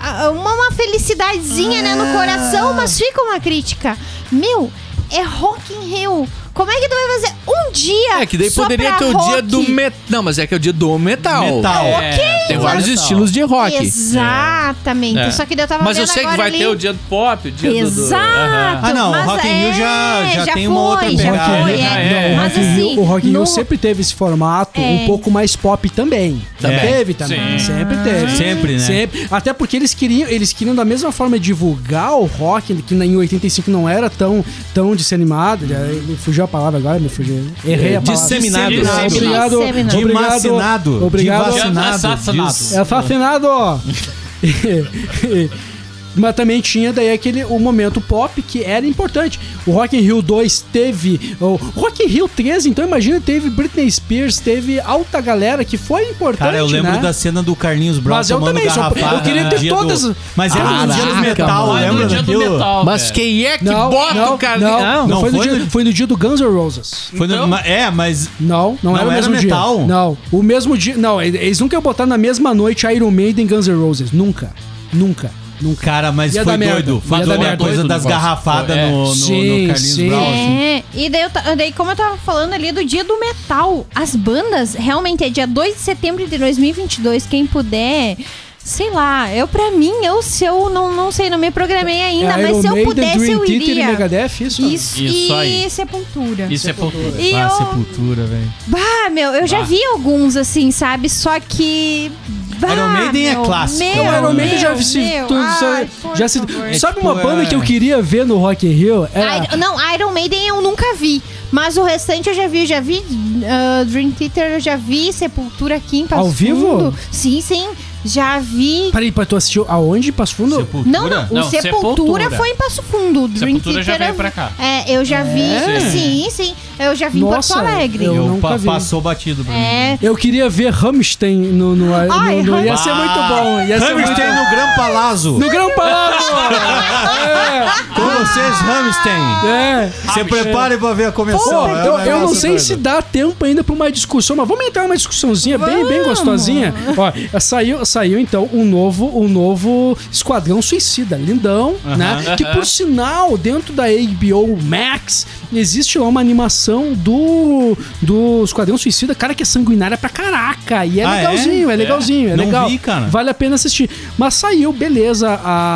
a- uma, uma
Ah.
felicidadezinha, né, no coração, mas fica uma crítica. Meu, é Rock in Rio. Como é que tu vai fazer um dia?
É que daí
só
poderia
pra
ter o dia
rock?
do metal. Não, mas é que é o dia do metal.
Metal.
É.
É,
Tem vários estilos de rock.
Exatamente.
É.
Só que daí eu tava
Mas eu
vendo
sei que
agora
vai
ali-
ter o dia do pop, o dia
é
do- do.
Exato!
Aham.
Ah, não, o
mas
Rock in Rio já- já tem
foi,
uma outra
Já
pegada.
foi, é.
Ah, é.
Não, o
Mas
Rock in Rio-
assim,
o Rock in Rio
no-
sempre teve esse formato
É.
um pouco mais pop também.
Também.
Teve também.
Sim.
Sempre teve.
Sempre, né?
Sempre. Até porque eles queriam, eles queriam da mesma forma divulgar o rock, que na- em 85 não era tão, tão disseminado. Já- Me fugiu a palavra agora, me fugiu.
É,
Errei a
assim,
palavra.
Disseminado.
Disseminado.
Obrigado.
Disseminado.
Obrigado.
Dimacinado.
Obrigado.
Dimacinado.
Assassinado.
diz.
É assassinado! Mas também tinha daí aquele o momento pop que era importante. O Rock in Rio 2 teve. O Rock in Rio 3, então imagina, teve Britney Spears, teve alta galera que foi importante.
Cara, eu lembro
né?
da cena do Carlinhos Brown
Mas eu
tomando
também, só-
garrafada
eu queria
no
ter
dia do-
todas- Ah,
Mas era no dia do
Caraca,
metal,
mano.
É um
lembra
no dia É do
daquilo?
metal.
Mas
velho.
quem é que
Não,
bota
não,
o cara?
não, não,
Não,
foi, no
foi
dia,
no-
foi no dia do Guns N' Roses.
Foi no-
Então?
ma- é, mas
Não, não,
Não
era o
era
mesmo
metal?
dia. Não, o mesmo dia. Não, eles nunca botaram na mesma noite Iron Maiden e Guns N' Roses. Nunca. Nunca. Nunca.
um Cara, mas
Ia
foi
dar merda.
doido.
Ia
Foi
dar
doido a
merda.
coisa
Doido
das
o negócio.
garrafadas
É.
no, no,
Sim,
no Carlinhos
sim.
Brown. assim.
É, e daí, eu ta- daí como eu tava falando ali do dia do metal, as bandas, realmente é dia 2 de setembro de 2022, quem puder, sei lá, eu pra mim, eu se eu não, não sei, não me programei ainda,
É
mas se eu
Maiden,
pudesse
Dream
eu
Theater e
iria.
Megadeth, isso?
Isso, e
Isso aí.
Sepultura.
Isso é cultura.
E
Ah,
eu,
sepultura, velho.
bah, meu, eu já vi alguns assim, sabe? Só que bah,
Iron Maiden é
meu,
clássico,
Meu,
né?
Não, Iron Maiden
meu,
já se.
meu,
tu-
ai,
sa-
por
já se- é
favor.
sabe
tipo,
uma banda
é-
que eu queria ver no Rock in Rio? Era
Iron- não, Iron Maiden eu nunca vi. Mas o restante eu já vi. Eu já vi ah, Dream Theater, eu já vi Sepultura aqui em Passo
Ao vivo?
Fundo. Sim, sim. já vi.
Peraí, pra tu assistiu aonde? Passo Fundo?
Sepultura?
Não, não, o
Não,
Sepultura,
Sepultura.
foi em Passo Fundo. O Dream
Sepultura já
Theater
veio
eu-
pra cá.
É, eu já vi.
É?
Sim, sim. Eu já vi
Nossa,
em Porto Alegre.
eu-
Eu
nunca
pa-
vi.
passou batido pra mim.
É.
Eu queria ver Rammstein no. no, no-
Ai,
no- ia
Rammstein.
ser muito bom. Ia ser muito
Hammerstein Ah. no Gran Palazzo.
No Grão Palácio!
Com
Ah.
vocês, Hammerstein.
é.
Se prepare pra ver a
Pô,
comemoração. É
então eu
um
não
negócio
sei
doido.
se dá tempo ainda pra uma discussão, mas vamos entrar numa discussãozinha bem, bem gostosinha. Ó, saiu, saiu então um novo, um novo Esquadrão Suicida, lindão, né? Que por sinal, dentro da HBO Max, existe lá uma animação do, do Esquadrão Suicida, cara que é sanguinária pra caraca. E é
Ah, é?
legalzinho, é, legalzinho, é,
Não
legal.
vi, cara.
Vale a pena assistir. Mas saiu, beleza.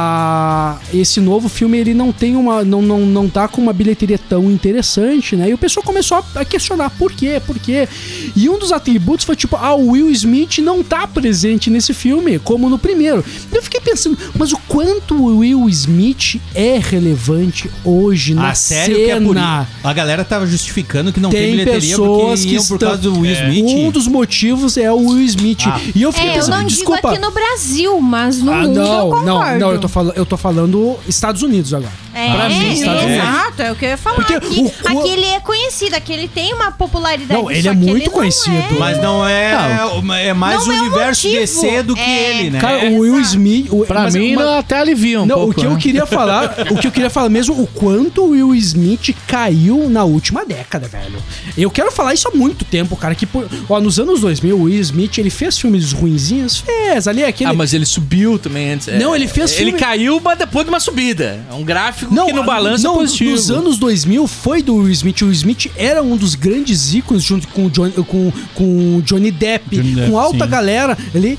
A... Esse novo filme ele não tem uma. Não, não, não tá com uma bilheteria tão interessante, né? E o pessoal começou a- a questionar por quê, por quê. E um dos atributos foi tipo, ah, o Will Smith não tá presente nesse filme, como no primeiro. E eu fiquei pensando, mas o quanto o Will Smith é relevante hoje na
Ah, sério que é por
cena?
isso? A galera tava justificando que não tem,
Tem
bilheteria
pessoas
porque
que
iam por causa do Will Smith.
Um dos motivos é o Will Smith.
Ah.
E eu fiquei
É, eu
pensando,
não
desculpa.
digo aqui no Brasil, mas no
Ah,
mundo eu
não,
concordo.
não, não, eu tô, fal eu tô falando Estados Unidos agora.
É,
Pra mim, Estados Unidos.
exato, é o que eu ia falar.
Porque
aqui,
o- o-
aqui ele é conhecido, aqui ele tem uma popularidade.
Não, ele
só
é
que
muito
não
conhecido.
é.
Mas não é. É mais
Não
o
é um
universo
motivo.
DC do que
É.
ele, né?
Cara,
É.
o Will Smith. O,
Pra
mas-
mim,
mas-
até alivia um
não,
pouco.
o que eu
né?
queria falar, o que eu queria falar mesmo, o quanto o Will Smith caiu na última década, velho. Eu quero falar isso há muito tempo, cara, que por- ó, nos anos 2000 o Will Smith, ele fez filmes ruinzinhos, fez, ali aquele
Ah, mas ele subiu também antes. é.
Não, ele fez
Ele
filme-
caiu, mas depois de uma subida. É um gráfico que no balanço
não,
é positivo.
Nos anos 2000 foi do Will Smith. O Will Smith era um dos grandes ícones junto com o John- com, com o Johnny Depp,
Johnny Depp,
com alta
sim.
galera ali.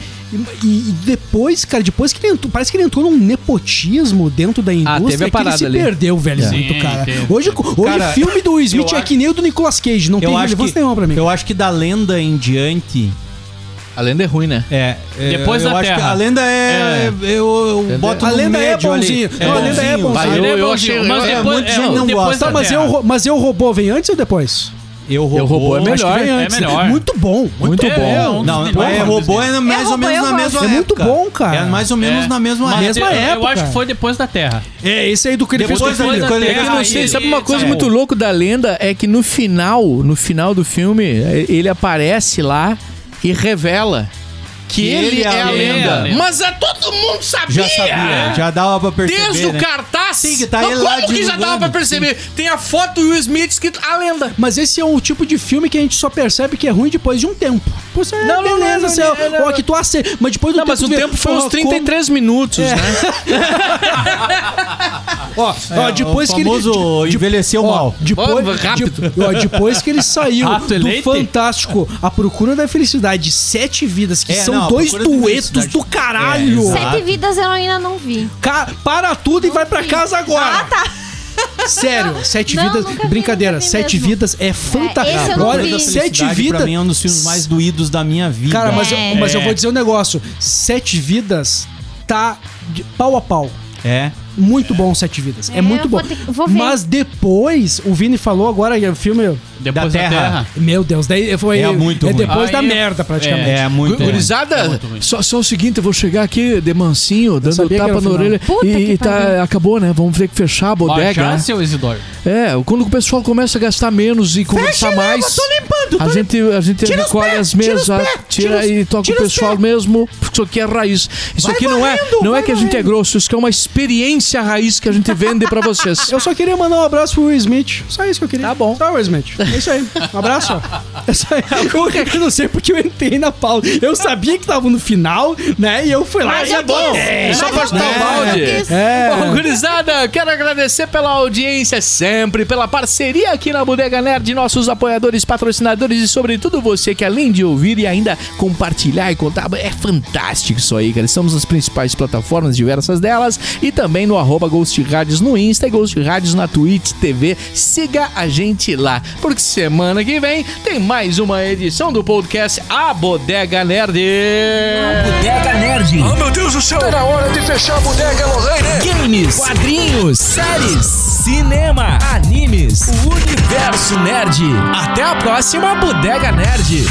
E, e depois, cara, depois que ele entrou, parece que ele entrou num nepotismo dentro da indústria
teve a
que ele
parada
se
ali.
perdeu, velho,
Sim,
muito, cara.
teve.
Hoje, hoje
Cara,
filme do Will Smith
eu
é que nem o do Nicolas Cage, não tem
Eu acho,
relevância
que,
nenhuma pra mim.
eu acho que da lenda em diante.
A lenda é ruim, né?
É. é,
Depois
eu
da
acho
Terra.
que a lenda é.
É.
Eu, eu
Entendeu?
boto
A
no
lenda é
médio ali.
bonzinho. Não, a lenda é bonzinho.
Vai,
eu-
Ele é
eu
bonzinho,
achei-
mas
eu-
depois,
muita gente
o
não
depois
gosta.
da
Tá, mas, eu,
Terra.
ro- mas eu robô vem antes ou depois?
Eu roubou.
roubou é melhor.
Acho que vem
é
antes. né?
melhor.
Muito bom.
Muito
É, é
bom.
um dos
Não,
melhores
é robô é mais
robô,
ou
eu
menos na mesma
gosto.
É
época.
muito bom, cara.
É mais ou menos na mesma
Mas é
época.
mesma
eu, Eu
época.
acho que foi depois da Terra.
É, esse aí do que ele
Depois
fez com o
da-
filho.
da
quando-
Terra,
eu
não sei,
ele-
sabe uma coisa
é.
muito louca da lenda? É que no final, no final do filme, ele aparece lá e revela que ele, é, a lenda.
lenda.
Mas a todo mundo sabia!
Já
É.
sabia. Já dava pra perceber.
Desde o
né?
cartaz,
Sim, que tá
Não,
ele lá
como que já
divulgando,
dava pra perceber? Tem a foto do Will Smith escrito a lenda.
Mas esse é o tipo de filme que a gente só percebe que é ruim depois de um tempo. Por isso, é,
Não, não,
beleza,
não,
céu.
não, não,
Ó, que tu ace... Mas depois do
Não, mas o
tu vê,
É.
tempo foi
porra,
uns 33 minutos, né?
como- Ó, ó,
É,
depois
o
que ele.
famoso
de- de-
envelheceu
ó,
mal.
Depois,
Vamos, rápido.
de- ó, depois que ele saiu
Rato
do
eleite?
Fantástico, A Procura da Felicidade, Sete Vidas, que
É,
são
não, A
dois
Procura da
duetos
Felicidade.
do caralho.
É,
Sete vidas eu ainda não vi.
Ca- para tudo e vai pra casa agora. Ah, tá. Sério, Sete
Não,
Vidas.
nunca vi,
Brincadeira,
nunca vi
Sete
mesmo.
Vidas é
esse eu
fantástico.
não
Olha,
vi.
Sete
Felicidade, Pra
Vidas.
mim é um dos filmes mais doídos da minha vida.
Cara, mas,
É.
eu, mas eu vou dizer um negócio: Sete Vidas tá de pau a pau.
É.
Muito bom Sete Vidas. É,
É,
muito
eu
bom.
vou ter- vou ver.
Mas depois, o Vini falou agora, e o filme.
Depois
Da
da
Terra.
Terra.
Meu Deus, daí foi.
É muito ruim.
depois
Aí
da
eu-
merda, praticamente.
É, muito.
Gu-
ruim.
Gurizada, só, só o seguinte, eu vou chegar aqui de mansinho, dando
sabia que era
tapa na
o final.
orelha
Puta
e,
que
e tá,
pariu.
acabou, né? Vamos ter que fechar a bodega.
Baixar,
né?
seu Isidoro.
É, quando o pessoal começa a gastar menos e conversar mais,
Tô limpando, tô
a
limpando.
gente, a gente
Tira os
recolhe
pés,
as
tira
mesas,
os
tira,
pés, tira os-
e toca o
tira os
pessoal
pés.
mesmo, porque isso aqui é raiz. Isso
Vai
aqui não é,
varrendo,
não é
vai
que a gente é
varrendo.
grosso, isso aqui é uma experiência raiz que a gente vende pra vocês.
Eu só queria mandar um abraço pro Will Smith. Só isso que eu queria.
Tá bom.
Tá, Will Smith. É isso aí. Um abraço. É isso aí. Eu, eu não sei porque eu entrei na pauta. Eu sabia que tava no final, né? E eu fui lá. e é bom.
É, só pra chutar o balde.
É.
É. Bom, gurizada, quero agradecer pela audiência sempre, pela parceria aqui na Bodega Nerd, nossos apoiadores, patrocinadores e sobretudo você que além de ouvir e ainda compartilhar e contar, é fantástico isso aí, cara. Estamos nas principais plataformas, diversas delas e também no arroba Ghost Rádios no Insta e Ghost Rádios na Twitch TV. Siga a gente lá, porque semana que vem tem mais uma edição do podcast A Bodega Nerd.
Bodega Nerd. Oh, meu Deus do céu! Tá na hora de fechar a bodega, Lorraine! Games, quadrinhos, séries, cinema, animes, o universo nerd. Até a próxima Bodega Nerd.